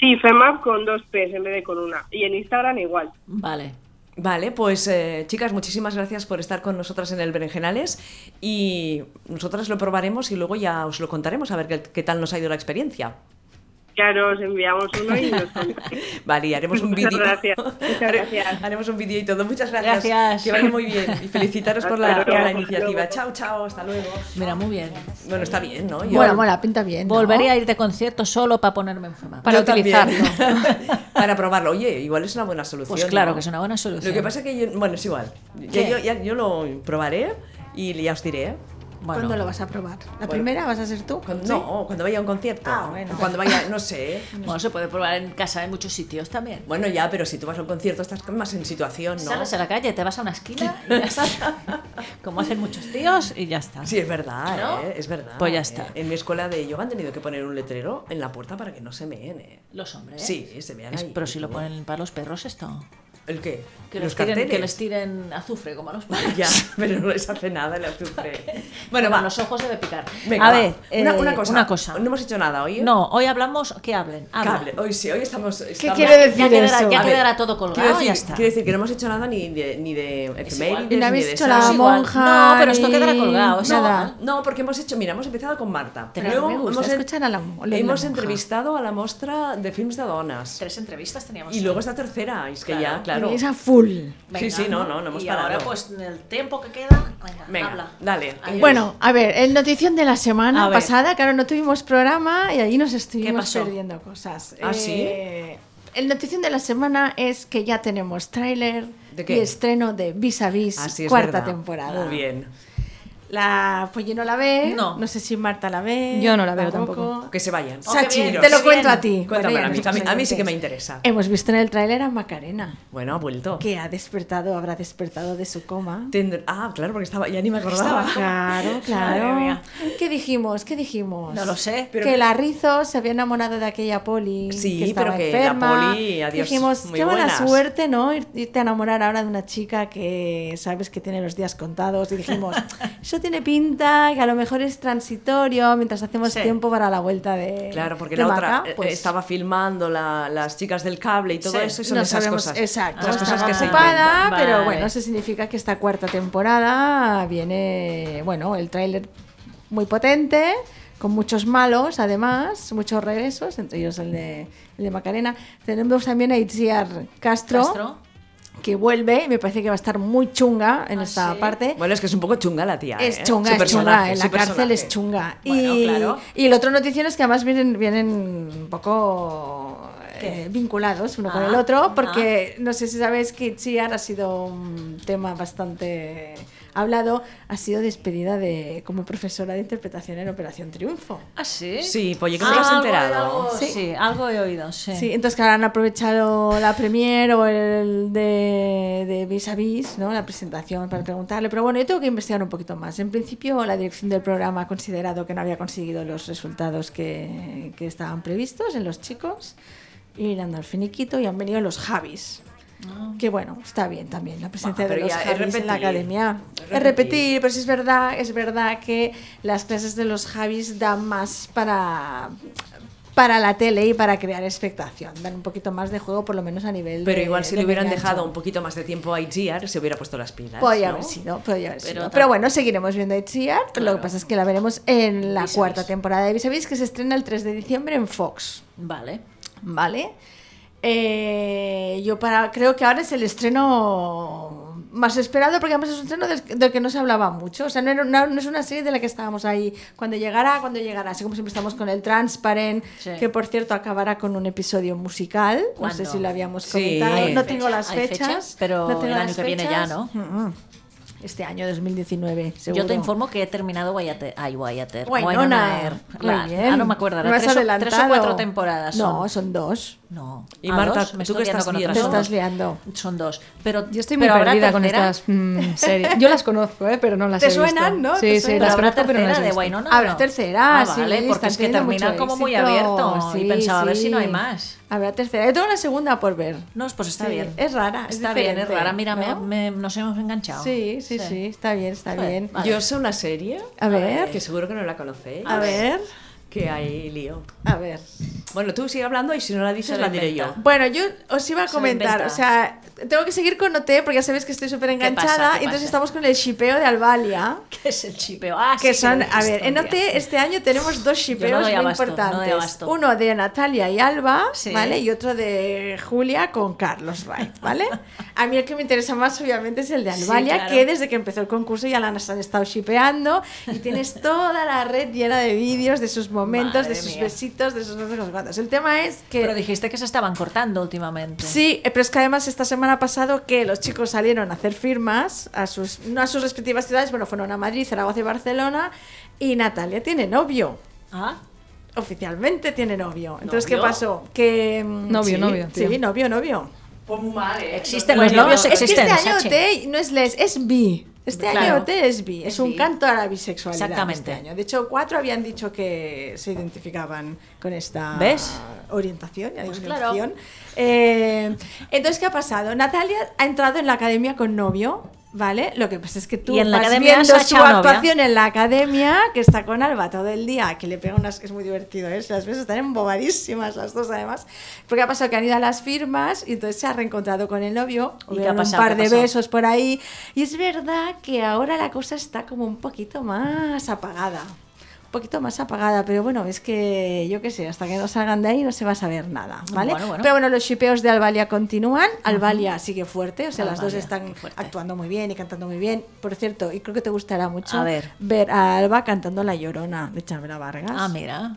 Speaker 8: Sí, FEMAP con dos P's en vez de con una. Y en Instagram igual.
Speaker 3: Vale.
Speaker 1: Vale, pues eh, chicas, muchísimas gracias por estar con nosotras en el Berenjenales y nosotras lo probaremos y luego ya os lo contaremos a ver qué, qué tal nos ha ido la experiencia.
Speaker 8: Claro, os enviamos uno y nos
Speaker 1: Vale, y haremos un
Speaker 8: Muchas
Speaker 1: vídeo.
Speaker 8: gracias, muchas gracias.
Speaker 1: Haremos un vídeo y todo. Muchas gracias.
Speaker 3: Gracias.
Speaker 1: Que vaya muy bien y felicitaros por la,
Speaker 8: Hasta
Speaker 1: por la
Speaker 8: luego.
Speaker 1: iniciativa. Chao, chao, hasta luego.
Speaker 3: Mira, muy bien.
Speaker 1: Bueno, está bien, ¿no? Yo-
Speaker 7: Mola, mola, pinta bien. ¿no?
Speaker 3: Volvería a irte a concierto solo para ponerme enferma.
Speaker 4: para
Speaker 1: yo también.
Speaker 4: utilizarlo.
Speaker 1: para probarlo. Oye, igual es una buena solución.
Speaker 3: Pues claro
Speaker 1: ¿no?
Speaker 3: que es una buena solución.
Speaker 1: Lo que pasa es que yo, bueno, es igual. Ya,
Speaker 3: ¿Qué?
Speaker 1: yo, ya- yo lo probaré y ya os diré. ¿eh?
Speaker 3: Bueno,
Speaker 7: ¿Cuándo lo vas a probar? ¿La primera vas a ser tú?
Speaker 1: Cuando- No, cuando vaya a un concierto.
Speaker 7: Ah, bueno.
Speaker 1: Cuando vaya, no sé.
Speaker 3: bueno, se puede probar en casa en muchos sitios también.
Speaker 1: Bueno, ya, pero si tú vas a un concierto estás más en situación, ¿no?
Speaker 3: Sales a la calle, te vas a una esquina y ya está. Como hacen muchos tíos y ya está.
Speaker 1: Sí, es verdad,
Speaker 3: ¿No?
Speaker 1: ¿eh? es verdad.
Speaker 3: Pues ya
Speaker 1: ¿eh?
Speaker 3: está.
Speaker 1: En mi escuela de yoga han tenido que poner un letrero en la puerta para que no se meen. ¿eh?
Speaker 3: Los hombres.
Speaker 1: Sí, se vean
Speaker 3: Es-
Speaker 1: ahí,
Speaker 3: pero si lo
Speaker 1: ¿no?
Speaker 3: ponen para los perros esto.
Speaker 1: ¿El qué?
Speaker 3: Que
Speaker 1: ¿Los
Speaker 3: les, tiren, que les
Speaker 1: carteles?
Speaker 3: tiren azufre como a los perros.
Speaker 1: Ya, pero no les hace nada el azufre.
Speaker 3: Bueno,
Speaker 1: Bueno, va.
Speaker 3: los ojos debe picar.
Speaker 1: Venga,
Speaker 3: a
Speaker 1: va.
Speaker 3: ver,
Speaker 1: una,
Speaker 3: eh,
Speaker 1: una cosa.
Speaker 3: una cosa.
Speaker 1: No hemos hecho nada hoy. ¿eh?
Speaker 3: No, hoy hablamos, que hablen. habla.
Speaker 1: Cable. Hoy sí, hoy estamos.
Speaker 7: ¿Qué
Speaker 1: estamos-
Speaker 7: quiere decir
Speaker 3: Ya quedará,
Speaker 7: eso?
Speaker 3: ya
Speaker 1: A ver,
Speaker 3: quedará todo colgado
Speaker 1: Quiero decir,
Speaker 3: Ah, ya está.
Speaker 1: quiero decir que no hemos hecho nada ni de, ni de efemérides,
Speaker 3: igual.
Speaker 1: ni
Speaker 7: Y no habéis
Speaker 1: de
Speaker 7: hecho
Speaker 1: esas.
Speaker 7: la
Speaker 3: Es igual.
Speaker 7: monja.
Speaker 3: No, pero esto
Speaker 7: ni
Speaker 3: queda colgado, es
Speaker 7: Nada.
Speaker 1: No, porque hemos hecho, mira, hemos empezado con Marta.
Speaker 7: Pero Ah. me gusta
Speaker 1: hemos, en-
Speaker 7: escuchar a la- lo de la
Speaker 1: hemos
Speaker 7: monja.
Speaker 1: entrevistado a la mostra de films de dones.
Speaker 3: Tres entrevistas teníamos.
Speaker 1: Y luego esta tercera, y es que ya, claro.
Speaker 7: Venís a full.
Speaker 1: Sí, sí, no, no, no hemos
Speaker 3: y
Speaker 1: parado.
Speaker 3: ahora pues en el tiempo que queda, venga,
Speaker 1: Venga,
Speaker 3: habla.
Speaker 1: dale.
Speaker 3: Adiós.
Speaker 7: Bueno, a ver, el notición de la semana
Speaker 3: A ver.
Speaker 7: pasada, claro, no tuvimos programa y allí nos estuvimos
Speaker 3: pasó?
Speaker 7: perdiendo cosas.
Speaker 1: ¿Ah, sí?
Speaker 7: Eh, el notición de la semana es que ya tenemos tráiler
Speaker 1: ¿De qué?
Speaker 7: y estreno de Vis a Vis,
Speaker 1: Así es
Speaker 7: cuarta
Speaker 1: verdad.
Speaker 7: temporada.
Speaker 1: Muy bien.
Speaker 7: La Polly no la ve,
Speaker 3: No.
Speaker 7: no. sé si Marta la ve.
Speaker 4: Yo no la veo tampoco.
Speaker 1: Que se vayan.
Speaker 3: Oh, qué
Speaker 7: Sachi,
Speaker 3: bien,
Speaker 7: te
Speaker 3: qué
Speaker 7: lo
Speaker 3: bien.
Speaker 7: cuento a ti.
Speaker 1: Cuéntame,
Speaker 7: Bueno, ya
Speaker 1: a, mí,
Speaker 7: nos
Speaker 1: a mí- a mí sí que me
Speaker 7: oyentes.
Speaker 1: interesa.
Speaker 7: Hemos visto en el tráiler a Macarena,
Speaker 1: Bueno, ha vuelto.
Speaker 7: que ha despertado, habrá despertado de su coma.
Speaker 1: Tendr- Ah, claro, porque estaba, ya ni me acordaba.
Speaker 7: Claro,
Speaker 3: Madre
Speaker 7: claro.
Speaker 3: mía.
Speaker 7: ¿Qué dijimos? ¿Qué dijimos?
Speaker 3: No lo sé.
Speaker 1: Pero-
Speaker 7: que la Rizo se había enamorado de aquella poli.
Speaker 1: Sí,
Speaker 7: que estaba
Speaker 1: pero que la
Speaker 7: enferma.
Speaker 1: poli, adiós,
Speaker 7: Dijimos,
Speaker 1: muy
Speaker 7: qué buena
Speaker 1: buenas".
Speaker 7: suerte, ¿no? Ir- Irte a enamorar ahora de una chica que sabes que tiene los días contados. Y dijimos, eso tiene pinta, que a lo mejor es transitorio mientras hacemos
Speaker 3: Sí.
Speaker 7: tiempo para la vuelta de.
Speaker 1: Claro, porque
Speaker 7: de
Speaker 1: la otra
Speaker 7: Maca,
Speaker 1: eh,
Speaker 7: pues,
Speaker 1: estaba filmando la- las chicas del cable y todo
Speaker 3: Sí,
Speaker 1: eso, y son
Speaker 7: no
Speaker 1: esas
Speaker 7: sabemos-
Speaker 1: cosas.
Speaker 7: Exacto.
Speaker 1: esas cosas que se
Speaker 7: ocupada,
Speaker 1: inventan.
Speaker 3: inventan.
Speaker 7: pero
Speaker 3: Vale.
Speaker 7: bueno, eso significa que esta cuarta temporada viene, bueno, el tráiler muy potente, con muchos malos, además, muchos regresos, entre ellos el de, el de Macarena. Tenemos también a Itziar Castro,
Speaker 3: Castro.
Speaker 7: que vuelve, y me parece que va a estar muy chunga en
Speaker 3: Ah,
Speaker 7: esta
Speaker 3: sí.
Speaker 7: parte.
Speaker 1: Bueno, es que es un poco chunga la tía.
Speaker 7: Es
Speaker 1: ¿eh?
Speaker 7: chunga,
Speaker 1: Su
Speaker 7: es chunga,
Speaker 1: personaje,
Speaker 7: en
Speaker 1: su
Speaker 7: la cárcel
Speaker 1: personaje.
Speaker 7: es chunga.
Speaker 1: Bueno,
Speaker 7: y,
Speaker 1: claro.
Speaker 7: y el otro notición es que además vienen, vienen un poco eh, vinculados uno con
Speaker 3: Ah,
Speaker 7: el otro,
Speaker 3: ah.
Speaker 7: porque no sé si sabéis que Itziar ha sido un tema bastante hablado, ha sido despedida de como profesora de interpretación en Operación Triunfo.
Speaker 3: Ah, sí.
Speaker 1: Sí, pues yo
Speaker 3: Ah,
Speaker 1: creo que te has
Speaker 3: algo he-
Speaker 1: enterado.
Speaker 3: algo- sí.
Speaker 7: Sí.
Speaker 3: algo he oído, sí.
Speaker 7: Sí, entonces claro, han aprovechado la premiere o el de, de Vis a Vis, ¿no? la presentación para preguntarle, pero bueno, yo tengo que investigar un poquito más. En principio la dirección del programa ha considerado que no había conseguido los resultados que, que estaban previstos en los chicos y le han dado el finiquito y han venido los Javis. Que bueno, está bien también la presencia
Speaker 1: Bueno,
Speaker 7: de
Speaker 1: Ah. pero
Speaker 7: los
Speaker 1: ya es
Speaker 7: Javis en la
Speaker 1: repetir.
Speaker 7: academia.
Speaker 1: Es
Speaker 7: Es
Speaker 1: repetir,
Speaker 7: repetir, pero sí es verdad, es verdad que las clases de los Javis dan más para para la tele y para crear expectación. Dan un poquito más de juego, por lo menos a nivel.
Speaker 1: Pero
Speaker 7: de-
Speaker 1: igual si
Speaker 7: de
Speaker 1: le hubieran
Speaker 7: engancho. Pues
Speaker 1: dejado un poquito más de tiempo a Itziar, se hubiera puesto las pilas.
Speaker 7: Podría
Speaker 1: ¿no?
Speaker 7: haber sido, podría haber sido.
Speaker 3: tam-
Speaker 7: Pero, bueno, seguiremos viendo HCR. Lo que pasa es que la veremos en la
Speaker 3: Vis a
Speaker 7: cuarta
Speaker 3: vis.
Speaker 7: temporada de Vis a Vis, que se estrena el 3 de diciembre en Fox.
Speaker 3: Vale.
Speaker 7: ¿Vale? Eh, yo para, creo que ahora es el estreno más esperado, porque además es un estreno del, del que no se hablaba mucho. O sea, no, era una- no es una serie de la que estábamos ahí cuando llegara, cuando llegara. Así como siempre estamos con el Transparent,
Speaker 3: Sí.
Speaker 7: que por cierto acabará con un episodio musical.
Speaker 3: ¿Cuándo?
Speaker 7: No sé si lo habíamos
Speaker 1: Sí.
Speaker 7: comentado.
Speaker 1: Hay
Speaker 7: No
Speaker 1: fecha-
Speaker 7: tengo las
Speaker 3: hay
Speaker 7: fechas.
Speaker 3: fecha, pero
Speaker 7: no tengo
Speaker 3: el año
Speaker 7: las
Speaker 3: que viene ya,
Speaker 7: fechas.
Speaker 3: ¿no?
Speaker 7: Mm-mm. Este año 2019, seguro.
Speaker 3: Yo te informo que he terminado Guayater. Ay, Guayater.
Speaker 7: Winona.
Speaker 3: Winona Earp.
Speaker 7: Muy
Speaker 3: La-
Speaker 7: bien.
Speaker 3: Ah, no me acuerdo. ahora
Speaker 7: Me has
Speaker 3: tres, o- tres o
Speaker 7: adelantado.
Speaker 3: cuatro temporadas. son.
Speaker 7: No, son dos.
Speaker 3: No.
Speaker 1: Y
Speaker 3: Ah,
Speaker 1: Marta,
Speaker 3: dos, me
Speaker 1: ¿tú
Speaker 3: estoy
Speaker 1: qué
Speaker 3: liando
Speaker 1: estás
Speaker 3: con
Speaker 7: Te
Speaker 3: otras
Speaker 1: viendo?
Speaker 3: dos.
Speaker 7: estás liando.
Speaker 3: Son dos. Pero
Speaker 4: Yo estoy muy
Speaker 3: pero habrá
Speaker 4: perdida con
Speaker 3: tercera.
Speaker 4: estas mm, series. Yo las conozco, ¿eh? pero no las
Speaker 7: Te
Speaker 4: he visto.
Speaker 7: suenan, ¿no?
Speaker 4: Sí,
Speaker 7: Te
Speaker 4: sí,
Speaker 7: suenan.
Speaker 4: las
Speaker 3: Pero habrá
Speaker 4: conozco, pero no
Speaker 3: tercera
Speaker 4: las he
Speaker 3: de
Speaker 4: visto.
Speaker 3: Winona.
Speaker 7: Habrá
Speaker 3: ¿no?
Speaker 7: tercera,
Speaker 3: Ah,
Speaker 7: sí,
Speaker 3: vale, porque
Speaker 7: están
Speaker 3: es que
Speaker 7: teniendo
Speaker 3: terminan
Speaker 7: mucho
Speaker 3: como muy
Speaker 7: éxito.
Speaker 3: abierto. y
Speaker 7: Sí,
Speaker 3: pensaba a ver si no hay
Speaker 7: sí.
Speaker 3: más.
Speaker 7: Habrá tercera. Yo tengo la segunda por ver.
Speaker 3: No, pues está
Speaker 7: Sí,
Speaker 3: bien.
Speaker 7: es rara, es
Speaker 3: Está bien, es
Speaker 7: diferente,
Speaker 3: rara. Mira, me-
Speaker 7: ¿no?
Speaker 3: me- nos hemos enganchado.
Speaker 7: Sí, sí, sí, está bien, está
Speaker 3: Vale.
Speaker 7: bien.
Speaker 3: Vale.
Speaker 1: Yo sé una serie
Speaker 7: A ver.
Speaker 1: que seguro que no la conocéis.
Speaker 7: A ver.
Speaker 1: que hay lío.
Speaker 7: A ver.
Speaker 1: Bueno, tú sigue hablando y si no la dices,
Speaker 3: Se lo
Speaker 1: la diré yo.
Speaker 3: inventa.
Speaker 7: Bueno, yo os iba a
Speaker 3: Se lo
Speaker 7: comentar,
Speaker 3: inventa.
Speaker 7: o sea, tengo que seguir con OT porque ya sabéis que estoy súper
Speaker 3: ¿Qué pasa?
Speaker 7: enganchada.
Speaker 3: ¿Qué
Speaker 7: Entonces
Speaker 3: pasa?
Speaker 7: estamos con el shipeo de Albalia.
Speaker 3: ¿Qué es el chipeo? Ah, sí
Speaker 7: que son,
Speaker 3: lo he
Speaker 7: a ver,
Speaker 3: visto
Speaker 7: en
Speaker 3: un
Speaker 7: OT
Speaker 3: día.
Speaker 7: este año tenemos dos
Speaker 3: Yo
Speaker 7: shipeos
Speaker 3: no doy
Speaker 7: muy
Speaker 3: abasto, no doy
Speaker 7: importantes.
Speaker 3: abasto.
Speaker 7: Uno de Natalia y Alba,
Speaker 3: Sí.
Speaker 7: ¿vale? Y otro de Julia con Carlos Wright, ¿vale? A mí el que me interesa más, obviamente, es el de
Speaker 3: Sí,
Speaker 7: Albalia,
Speaker 3: claro.
Speaker 7: que desde que empezó el concurso ya la han han estado shipeando y tienes toda la red llena de vídeos, de sus momentos,
Speaker 3: Madre
Speaker 7: de sus
Speaker 3: mía.
Speaker 7: besitos, de sus no sé cuántos. El tema es que...
Speaker 3: Pero dijiste que se estaban cortando últimamente.
Speaker 7: Sí, eh, pero es que además esta semana pasado que los chicos salieron a hacer firmas a sus no a sus respectivas ciudades, bueno, fueron a Madrid, Zaragoza y Barcelona y Natalia tiene novio.
Speaker 3: Ah,
Speaker 7: Oficialmente tiene novio. Entonces,
Speaker 3: ¿Novio?
Speaker 7: ¿qué pasó? Que mm,
Speaker 4: Novio,
Speaker 7: sí,
Speaker 4: novio,
Speaker 7: Sí,
Speaker 4: tío.
Speaker 7: novio, novio.
Speaker 3: Pues existen
Speaker 7: Pues
Speaker 3: los
Speaker 7: no,
Speaker 3: novios,
Speaker 7: es que
Speaker 3: existen.
Speaker 7: este año
Speaker 3: Sachi.
Speaker 7: OT no es les, es bi. Este
Speaker 3: Claro.
Speaker 7: año OT es bi, es,
Speaker 3: Es
Speaker 7: un
Speaker 3: bi.
Speaker 7: canto a la bisexualidad.
Speaker 3: Exactamente.
Speaker 7: este año. De hecho, cuatro habían dicho que se identificaban con esta
Speaker 3: ¿Ves?
Speaker 7: orientación. ya
Speaker 3: Pues
Speaker 7: digo,
Speaker 3: claro.
Speaker 7: orientación. Eh, entonces, ¿qué ha pasado? Natalia ha entrado en la academia con novio. ¿Vale? Lo que pasa es que tú
Speaker 3: Y en la
Speaker 7: vas
Speaker 3: academia
Speaker 7: viendo
Speaker 3: se ha
Speaker 7: su
Speaker 3: echado novia.
Speaker 7: actuación en la academia, que está con Alba todo el día, que le pega unas... Es muy divertido, ¿eh? Si Las ves están embobadísimas las dos, además. Porque ha pasado que han ido a las firmas y entonces se ha reencontrado con el novio,
Speaker 3: ¿Y qué
Speaker 7: Hubieron
Speaker 3: ha pasado?
Speaker 7: un par
Speaker 3: ¿Qué ha
Speaker 7: de
Speaker 3: pasado?
Speaker 7: besos por ahí. Y es verdad que ahora la cosa está como un poquito más apagada. Un poquito más apagada, pero bueno, es que yo qué sé, hasta que no salgan de ahí no se va a saber nada, ¿vale?
Speaker 3: Bueno, bueno.
Speaker 7: Pero bueno, los shipeos de Albalia continúan. Albalia sigue fuerte, o sea, las
Speaker 3: Albalia,
Speaker 7: dos
Speaker 3: qué
Speaker 7: están
Speaker 3: fuerte.
Speaker 7: actuando muy bien y cantando muy bien. Por cierto, y creo que te gustará mucho
Speaker 3: A ver.
Speaker 7: a Alba cantando La Llorona de Chabela Vargas
Speaker 3: Ah, mira.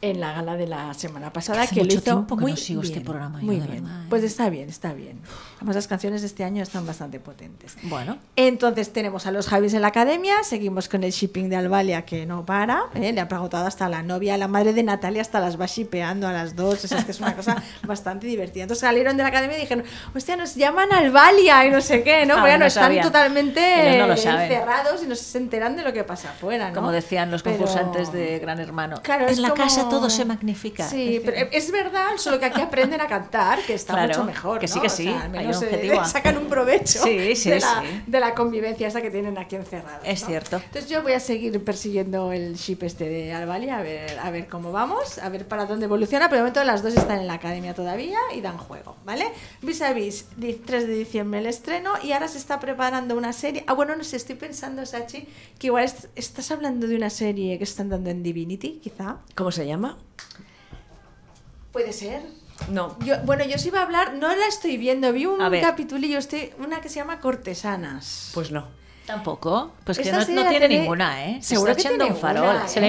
Speaker 7: en la gala de la semana pasada
Speaker 3: Hace
Speaker 7: que lo
Speaker 3: mucho
Speaker 7: hizo
Speaker 3: tiempo que
Speaker 7: muy
Speaker 3: no sigo este
Speaker 7: bien,
Speaker 3: programa, yo,
Speaker 7: muy
Speaker 3: de
Speaker 7: bien.
Speaker 3: verdad, ¿eh?
Speaker 7: Pues está bien, está bien. Además las canciones de este año están bastante potentes.
Speaker 3: Bueno.
Speaker 7: Entonces tenemos a los Javis en la academia, seguimos con el shipping de Albalia que no para, ¿eh? le ha preguntado hasta la novia, la madre de Natalia hasta las va shipeando a las dos, o sea, es que es una cosa bastante divertida. Entonces salieron de la academia y dijeron, hostia, nos llaman Albalia y no sé qué, ¿no?
Speaker 3: Ah,
Speaker 7: Bueno,
Speaker 3: no
Speaker 7: están
Speaker 3: sabían.
Speaker 7: totalmente
Speaker 3: Ellos no lo
Speaker 7: eh,
Speaker 3: saben.
Speaker 7: encerrados y no se enteran de lo que pasa afuera, ¿no?
Speaker 3: Como decían los
Speaker 7: Pero-
Speaker 3: concursantes de Gran Hermano.
Speaker 7: Claro, es
Speaker 3: en la
Speaker 7: como-
Speaker 3: casa todo se magnifica.
Speaker 7: Sí,
Speaker 3: Decían.
Speaker 7: pero es verdad, solo que aquí aprenden a cantar, que está
Speaker 3: Claro,
Speaker 7: mucho mejor.
Speaker 3: que sí,
Speaker 7: ¿no?
Speaker 3: que
Speaker 7: O
Speaker 3: sí,
Speaker 7: sea, al
Speaker 3: hay
Speaker 7: menos eh,
Speaker 3: objetiva.
Speaker 7: sacan un provecho
Speaker 3: Sí, sí,
Speaker 7: de, la,
Speaker 3: sí.
Speaker 7: de la convivencia esta que tienen aquí encerrada.
Speaker 3: Es cierto.
Speaker 7: Entonces yo voy a seguir persiguiendo el ship este de Albalia, a ver, a ver cómo vamos, a ver para dónde evoluciona. Pero de momento las dos están en la academia todavía y dan juego, ¿vale? Vis a vis, di- 3 de diciembre el estreno y ahora se está preparando una serie. Ah, bueno, no sé, estoy pensando, Sachi, que igual est- estás hablando de una serie que están dando en Divinity, quizá.
Speaker 1: ¿Cómo se llama?
Speaker 7: Puede ser.
Speaker 1: No.
Speaker 7: Yo- bueno, yo os iba a hablar, no la estoy viendo, vi un
Speaker 3: A ver.
Speaker 7: capítulo y yo estoy, una que se llama Cortesanas.
Speaker 1: Pues no.
Speaker 3: Tampoco. Pues que
Speaker 7: Esta
Speaker 3: no,
Speaker 7: serie
Speaker 3: no
Speaker 7: la
Speaker 3: tiene
Speaker 7: tiene-
Speaker 3: ninguna, ¿eh? Se
Speaker 7: seguro
Speaker 3: está
Speaker 7: que
Speaker 3: echando
Speaker 7: tiene ¿eh?
Speaker 3: un farol.
Speaker 7: una,
Speaker 4: ¿Se la ha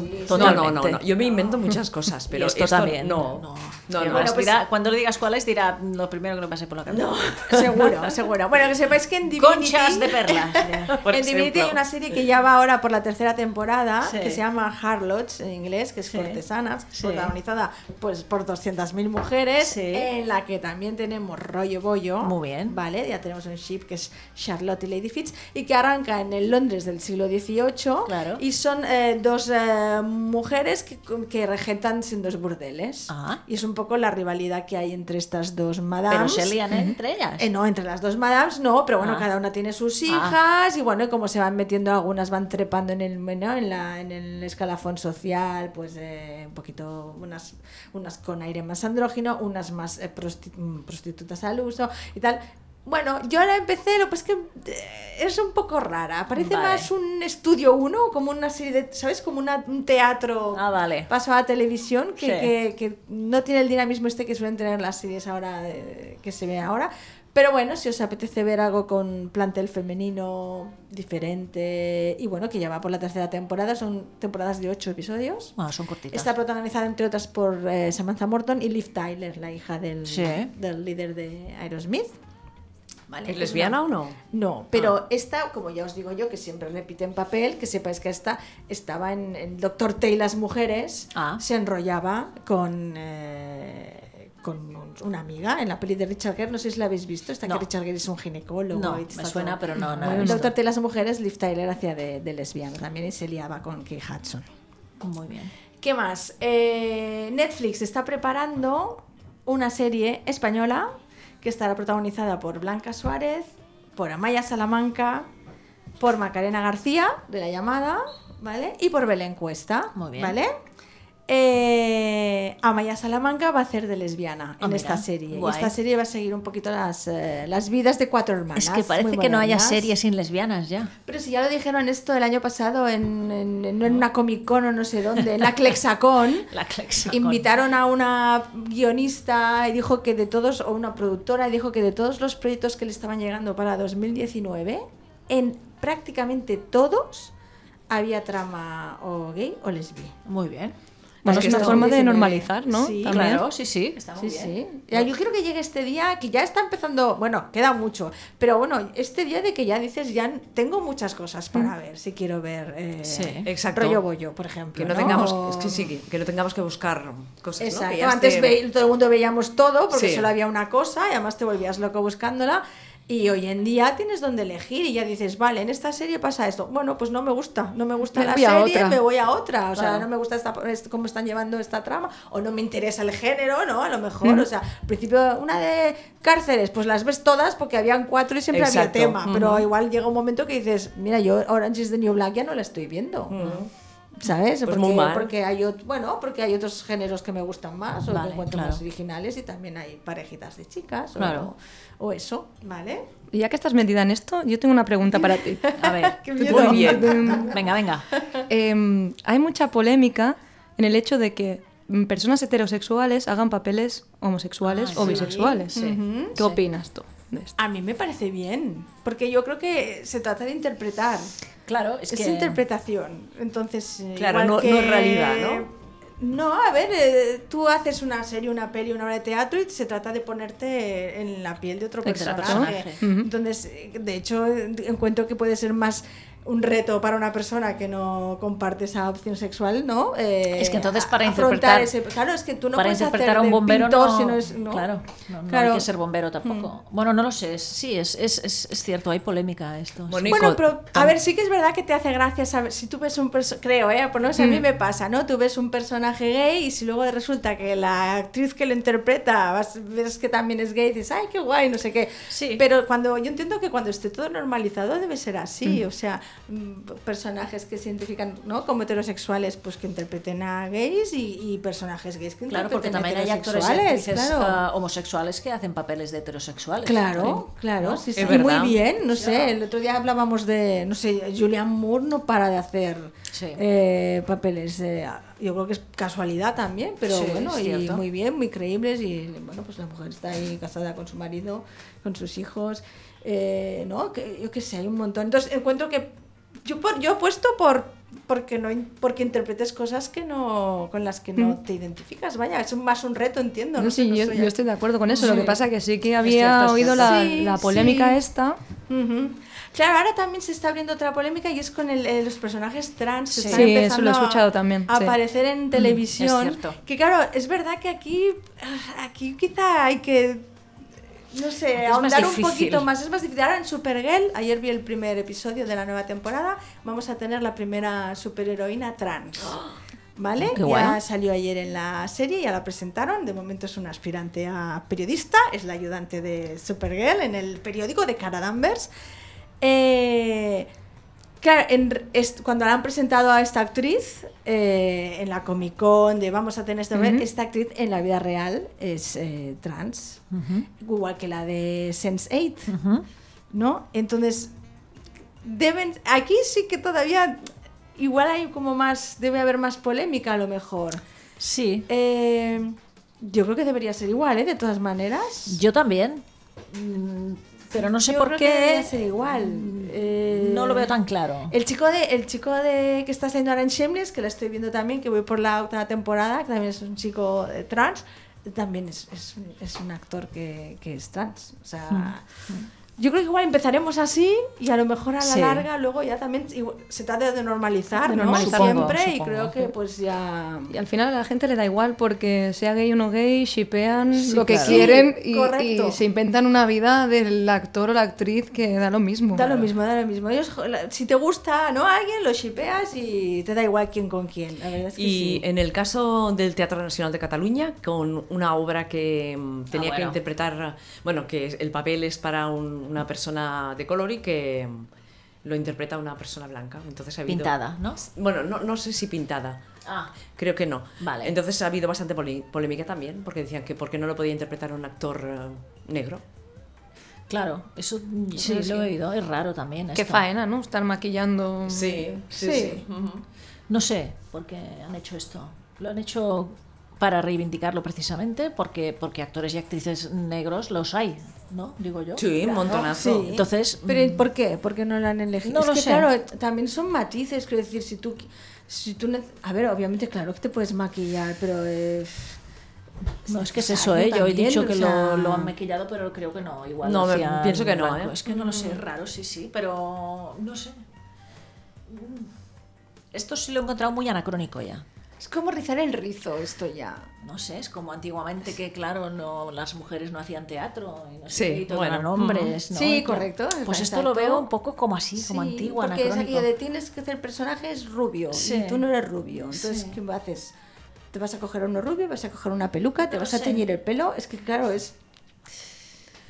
Speaker 1: No, no, no,
Speaker 3: Totalmente.
Speaker 1: no. Yo me invento muchas cosas, pero
Speaker 3: y esto,
Speaker 1: esto
Speaker 3: también. ¿eh?
Speaker 1: No,
Speaker 3: no.
Speaker 1: no,
Speaker 3: Y
Speaker 1: no.
Speaker 3: además
Speaker 7: Bueno, pues-
Speaker 3: dirá- cuando le digas cuál es, dirá lo primero que le pase por la cabeza.
Speaker 7: seguro, seguro. Bueno, que sepáis que en Divinity...
Speaker 3: Conchas de perla. por
Speaker 7: en Divinity
Speaker 3: ejemplo.
Speaker 7: hay una serie que ya va ahora por la tercera temporada,
Speaker 3: Sí.
Speaker 7: que se llama Harlots en inglés, que es
Speaker 3: Sí.
Speaker 7: cortesanas,
Speaker 3: Sí.
Speaker 7: protagonizada pues, por 200.000 mujeres,
Speaker 3: Sí.
Speaker 7: en la que también tenemos rollo bollo.
Speaker 3: Muy bien.
Speaker 7: Vale, ya tenemos un ship que es Charlotte y Lady Fitz, y que arranca en el Londres del siglo XVIII.
Speaker 3: Claro.
Speaker 7: Y son eh, dos eh, mujeres que, que regentan sin dos burdeles.
Speaker 3: Ah.
Speaker 7: Y es un poco la rivalidad que hay entre estas dos
Speaker 3: Pero
Speaker 7: madames.
Speaker 3: se lían entre ellas.
Speaker 7: Eh, no, entre las dos madams no, pero bueno,
Speaker 3: Ah.
Speaker 7: cada una tiene sus
Speaker 3: Ah.
Speaker 7: hijas y bueno, y como se van metiendo, algunas van trepando en el, bueno, en la, en el escalafón social, pues eh, un poquito, unas, unas con aire más andrógino, unas más eh, prosti- mm, prostitutas al uso y tal. Bueno, yo la empecé, lo que pasa es que eh, es un poco rara, parece
Speaker 3: Vale.
Speaker 7: más un estudio uno, como una serie de, ¿sabes? Como una- un teatro
Speaker 3: Ah, vale.
Speaker 7: paso a la televisión, que,
Speaker 3: Sí.
Speaker 7: que- que no tiene el dinamismo este que suelen tener las series ahora eh, que se ven ahora. Pero bueno, si os apetece ver algo con plantel femenino diferente y bueno, que ya va por la tercera temporada, son temporadas de ocho episodios.
Speaker 3: Bueno, son cortitas.
Speaker 7: Está protagonizada entre otras por eh, Samantha Morton y Liv Tyler, la hija del,
Speaker 3: Sí.
Speaker 7: del líder de Aerosmith. Vale,
Speaker 1: ¿Es lesbiana o no?
Speaker 7: no, pero
Speaker 3: Ah.
Speaker 7: esta, como ya os digo yo, que siempre repite en papel, que sepáis que esta estaba en, en Doctor T y las mujeres,
Speaker 3: Ah.
Speaker 7: se enrollaba con, eh, con un- una amiga en la peli de Richard Gere, no sé si la habéis visto, esta
Speaker 3: No.
Speaker 7: que Richard Gere es un ginecólogo.
Speaker 3: No,
Speaker 7: y
Speaker 3: me
Speaker 7: está
Speaker 3: suena, pero no, no la he
Speaker 7: Bueno, en
Speaker 3: visto.
Speaker 7: Doctor T y las mujeres, Liv Tyler hacía de, de lesbiana también y se liaba con Kate Hudson.
Speaker 3: Muy bien.
Speaker 7: ¿Qué más? Eh, Netflix está preparando una serie española que estará protagonizada por Blanca Suárez, por Amaya Salamanca, por Macarena García, de La Llamada, ¿vale? Y por Belén Cuesta,
Speaker 3: Muy bien.
Speaker 7: ¿vale? Eh, Amaya Salamanca va a hacer de lesbiana
Speaker 3: Ah,
Speaker 7: en
Speaker 3: mira,
Speaker 7: esta serie. Y
Speaker 3: guay.
Speaker 7: esta serie va a seguir un poquito las, eh, las vidas de cuatro hermanas.
Speaker 3: Es que parece
Speaker 7: muy
Speaker 3: que no haya
Speaker 7: modernas.
Speaker 3: series sin lesbianas ya.
Speaker 7: Pero si ya lo dijeron esto el año pasado en, en- en- no en una Comic Con o no sé dónde, en la Clexacon.
Speaker 3: La Clexacon.
Speaker 7: Invitaron a una guionista y dijo que de todos, o una productora, y dijo que de todos los proyectos que le estaban llegando para 2019, en prácticamente todos había trama o gay o lesbiana.
Speaker 3: Muy bien.
Speaker 4: Bueno,
Speaker 7: que
Speaker 4: es una
Speaker 7: está
Speaker 4: forma de
Speaker 7: 19.
Speaker 4: normalizar, ¿no?
Speaker 7: Sí,
Speaker 4: También.
Speaker 3: Claro, sí, sí. Está muy
Speaker 7: Sí,
Speaker 3: bien.
Speaker 7: sí. Ya, Yo quiero que llegue este día que ya está empezando, bueno, queda mucho, pero bueno, este día de que ya dices, ya tengo muchas cosas para ver, si quiero ver eh,
Speaker 3: Sí.
Speaker 1: Exacto.
Speaker 7: rollo bollo, por ejemplo.
Speaker 1: Que no, tengamos, es que sí, que- que no tengamos que buscar cosas. ¿no?
Speaker 7: Exacto,
Speaker 1: Que ya
Speaker 7: antes
Speaker 1: esté-
Speaker 7: ve- todo el mundo veíamos todo porque
Speaker 1: Sí.
Speaker 7: solo había una cosa y además te volvías loco buscándola. Y hoy en día tienes donde elegir y ya dices, vale, en esta serie pasa esto. Bueno, pues no me gusta, no me gusta
Speaker 4: Me
Speaker 7: la
Speaker 4: voy a
Speaker 7: serie,
Speaker 4: otra.
Speaker 7: me voy a otra. O sea,
Speaker 3: Claro.
Speaker 7: no me gusta esta, es- cómo están llevando esta trama o no me interesa el género, ¿no? A lo mejor, o sea, al principio una de cárceles, pues las ves todas porque habían cuatro y siempre
Speaker 1: Exacto.
Speaker 7: había tema. Pero igual llega un momento que dices, mira, yo Orange is the New Black ya no la estoy viendo. ¿Sabes?
Speaker 1: Pues
Speaker 7: porque,
Speaker 1: muy mal.
Speaker 7: porque hay ot- bueno, porque hay otros géneros que me gustan más o
Speaker 3: Vale,
Speaker 7: que encuentro
Speaker 3: claro.
Speaker 7: más originales y también hay parejitas de chicas o,
Speaker 3: Claro.
Speaker 7: o eso, ¿vale?
Speaker 4: Y ya que estás metida en esto, yo tengo una pregunta para ti.
Speaker 3: A ver.
Speaker 7: Qué
Speaker 1: Muy bien.
Speaker 3: Venga, venga.
Speaker 4: Em, hay mucha polémica en el hecho de que mm, personas heterosexuales hagan papeles homosexuales
Speaker 3: Ah,
Speaker 4: o
Speaker 3: sí.
Speaker 4: bisexuales.
Speaker 3: Sí.
Speaker 4: ¿Qué
Speaker 7: Ujú,
Speaker 4: opinas tú de esto?
Speaker 7: A mí me parece bien, porque yo creo que se trata de interpretar.
Speaker 3: Claro, es,
Speaker 7: Es,
Speaker 3: que...
Speaker 7: interpretación. Entonces, eh,
Speaker 1: Claro,
Speaker 7: igual
Speaker 1: no-
Speaker 7: que-
Speaker 1: no es realidad, ¿no?
Speaker 7: No, a ver, eh, tú haces una serie, una peli, una obra de teatro y se trata de ponerte en la piel de otro
Speaker 3: De otro
Speaker 7: personaje.
Speaker 3: personaje.
Speaker 4: Ujú.
Speaker 7: Entonces, eh, de hecho, eh, encuentro que puede ser más un reto para una persona que no comparte esa opción sexual, ¿no? Eh,
Speaker 3: Es que entonces para interpretar-
Speaker 7: afrontar ese- claro, es que tú no
Speaker 3: para
Speaker 7: puedes
Speaker 3: interpretar
Speaker 7: hacer
Speaker 3: a un
Speaker 7: de
Speaker 3: bombero
Speaker 7: pintor
Speaker 3: no,
Speaker 7: si no es- ¿no?
Speaker 3: claro, no, no
Speaker 7: Claro. Hmm.
Speaker 3: hay que ser bombero tampoco. Bueno, no lo sé, es- sí, es, es, es, es cierto, hay polémica esto. sí.
Speaker 1: Bueno, y
Speaker 7: Bueno,
Speaker 1: con-
Speaker 7: pero a ver, sí que es verdad que te hace gracia saber, si tú ves un personaje, creo, ¿eh? Por no sé, a
Speaker 3: Mm.
Speaker 7: mí me pasa, ¿no? Tú ves un personaje gay y si luego resulta que la actriz que lo interpreta vas- ves que también es gay, dices, ay, qué guay, no sé qué.
Speaker 3: Sí.
Speaker 7: Pero cuando yo entiendo que cuando esté todo normalizado debe ser así, o sea, mm, personajes que se identifican, ¿no? Como heterosexuales, pues que interpreten a gays y, y personajes gays que
Speaker 3: Claro,
Speaker 7: interpreten
Speaker 3: porque
Speaker 7: a
Speaker 3: también hay actores y
Speaker 7: heterosexuales,
Speaker 3: actrices
Speaker 7: claro.
Speaker 3: ah, homosexuales que hacen papeles de heterosexuales.
Speaker 7: Claro, claro,
Speaker 3: ¿No?
Speaker 7: sí,
Speaker 1: Es
Speaker 7: sí,
Speaker 1: verdad.
Speaker 7: muy bien, no sé, el otro día hablábamos de, no sé, Julian Moore no para de hacer
Speaker 3: Sí.
Speaker 7: eh, papeles, eh, yo creo que es casualidad también, pero
Speaker 3: Sí,
Speaker 7: bueno,
Speaker 3: es
Speaker 7: y
Speaker 3: cierto.
Speaker 7: muy bien, muy creíbles, y bueno, pues la mujer está ahí casada con su marido, con sus hijos, eh, ¿no? Que, yo qué sé, hay un montón. Entonces encuentro que yo, por, yo apuesto por... Porque, no, in- porque interpretes cosas que no, con las que no te identificas, vaya, es un- más un reto, entiendo. Mm. No,
Speaker 4: No,
Speaker 7: sé,
Speaker 4: sí,
Speaker 7: no
Speaker 4: yo,
Speaker 7: soy
Speaker 4: yo
Speaker 7: actriz.
Speaker 4: estoy de acuerdo con eso. Lo
Speaker 7: Sí.
Speaker 4: que pasa que sí que había
Speaker 3: cierto, es
Speaker 4: oído
Speaker 3: cierto.
Speaker 4: la,
Speaker 7: Sí,
Speaker 4: la polémica
Speaker 7: sí.
Speaker 4: esta.
Speaker 7: Ujú. Claro, ahora también se está abriendo otra polémica y es con el- eh, los personajes trans. que
Speaker 3: Sí.
Speaker 7: están
Speaker 4: Sí, eso
Speaker 7: empezando
Speaker 4: lo he
Speaker 7: a-
Speaker 4: escuchado también,
Speaker 7: A
Speaker 4: sí.
Speaker 7: aparecer en televisión.
Speaker 3: es cierto.
Speaker 7: Que claro, es verdad que aquí, ah, aquí quizá hay que, no sé,
Speaker 3: más
Speaker 7: ahondar un
Speaker 3: difícil.
Speaker 7: poquito más. Es más difícil. Ahora en Supergirl, ayer vi el primer episodio de la nueva temporada, vamos a tener la primera superheroína trans. ¿Vale?
Speaker 3: Qué
Speaker 7: Ya
Speaker 3: guay.
Speaker 7: salió ayer en la serie, ya la presentaron. De momento es una aspirante a periodista, es la ayudante de Supergirl en el periódico de Cara Danvers. Eh, claro, en- est- cuando la han presentado a esta actriz eh, en la Comic Con, de vamos a tener esta, esta actriz en la vida real es eh, trans,
Speaker 3: ¿eh?
Speaker 7: igual que la de Sense8, ¿no? Entonces, deben. Aquí sí que todavía. Igual hay como más. Debe haber más polémica a lo mejor.
Speaker 3: Sí,
Speaker 7: Eh, yo creo que debería ser igual, ¿eh? De todas maneras.
Speaker 3: yo también, mm, pero no sé
Speaker 7: Yo
Speaker 3: por
Speaker 7: creo que debería
Speaker 3: qué
Speaker 7: ser igual. Eh,
Speaker 3: no lo veo tan claro.
Speaker 7: El chico, de, el chico de que está saliendo ahora en Shameless, que la estoy viendo también, que voy por la octava temporada, que también es un chico eh, trans, también es, es, un- es un actor que, que es trans. O sea, yo creo que igual empezaremos así y a lo mejor a la
Speaker 3: Mm. Sí.
Speaker 7: larga luego ya también igual- se trata de normalizar,
Speaker 4: De
Speaker 7: ¿no?
Speaker 4: normalizar,
Speaker 7: siempre y
Speaker 3: supongo.
Speaker 7: creo que pues ya...
Speaker 4: Y al final a la gente le da igual porque sea gay o no gay, shipean
Speaker 3: Sí,
Speaker 4: lo que
Speaker 3: claro.
Speaker 4: quieren
Speaker 7: Sí,
Speaker 4: y- y,
Speaker 7: correcto.
Speaker 4: se inventan una vida del actor o la actriz que da lo mismo.
Speaker 7: Da lo mismo, da lo mismo. Ellos, jo- la- si te gusta ¿no? a alguien, lo shipeas y te da igual quién con quién. La verdad es que
Speaker 1: Y
Speaker 7: sí.
Speaker 1: en el caso del Teatro Nacional de Cataluña, con una obra que
Speaker 7: Ah,
Speaker 1: mm, tenía que
Speaker 3: bueno.
Speaker 1: interpretar, bueno, que es- el papel es para un- una persona de color y que, lo interpreta una persona blanca. Entonces ha habido-
Speaker 3: Pintada, ¿no?
Speaker 1: Bueno, no, no sé si pintada.
Speaker 3: Ah,
Speaker 1: Creo que no.
Speaker 3: Vale.
Speaker 1: Entonces ha habido bastante poli- polémica también, porque decían que por qué no lo podía interpretar un actor eh, negro.
Speaker 3: claro, eso mm,
Speaker 4: Sí,
Speaker 3: lo
Speaker 4: sí.
Speaker 3: he oído, es raro también.
Speaker 4: Qué
Speaker 3: esto.
Speaker 4: faena, ¿no? Estar maquillando.
Speaker 7: sí, sí.
Speaker 3: No sé por qué han hecho esto. Lo han hecho para reivindicarlo precisamente, porque, porque actores y actrices negros los hay, ¿no? Digo yo.
Speaker 1: Sí, un montonazo.
Speaker 7: Sí.
Speaker 3: Entonces,
Speaker 7: ¿Pero por qué? ¿Por qué no lo han elegido?
Speaker 3: No
Speaker 7: es
Speaker 3: lo
Speaker 7: que
Speaker 3: sé.
Speaker 7: claro, también son matices, quiero decir, si tú... Si tú ne- a ver, obviamente, claro que te puedes maquillar, pero... eh,
Speaker 3: No, es que es
Speaker 7: Sabe
Speaker 3: eso, ¿eh? Yo he
Speaker 7: también,
Speaker 3: dicho que
Speaker 7: o sea-
Speaker 3: lo, lo han maquillado, pero creo que no. Igual
Speaker 1: No,
Speaker 3: lo
Speaker 1: me-
Speaker 3: hacían
Speaker 1: pienso que no,
Speaker 3: blanco.
Speaker 1: ¿eh?
Speaker 3: Es que no lo sé, es raro, sí, sí, pero no sé. Mm. Esto sí lo he encontrado muy anacrónico ya.
Speaker 7: Es como rizar el rizo esto ya.
Speaker 3: No sé, es como antiguamente que, claro, no las mujeres no hacían teatro y no sé,
Speaker 1: Sí,
Speaker 3: qué, y todo
Speaker 1: bueno.
Speaker 3: eran hombres. ¿no?
Speaker 7: Sí,
Speaker 3: Y claro,
Speaker 7: correcto, es
Speaker 3: Pues esto lo
Speaker 7: exacto.
Speaker 3: veo un poco como así, como
Speaker 7: Sí,
Speaker 3: antiguo,
Speaker 7: porque es
Speaker 3: anacrónico.
Speaker 7: aquello de tienes que hacer personajes rubio
Speaker 3: Sí.
Speaker 7: y tú no eres rubio. Entonces,
Speaker 3: Sí.
Speaker 7: ¿qué haces? ¿Te vas a coger uno rubio? ¿Vas a coger una peluca? ¿Te
Speaker 3: No
Speaker 7: vas a
Speaker 3: sé.
Speaker 7: teñir el pelo? Es que claro, es...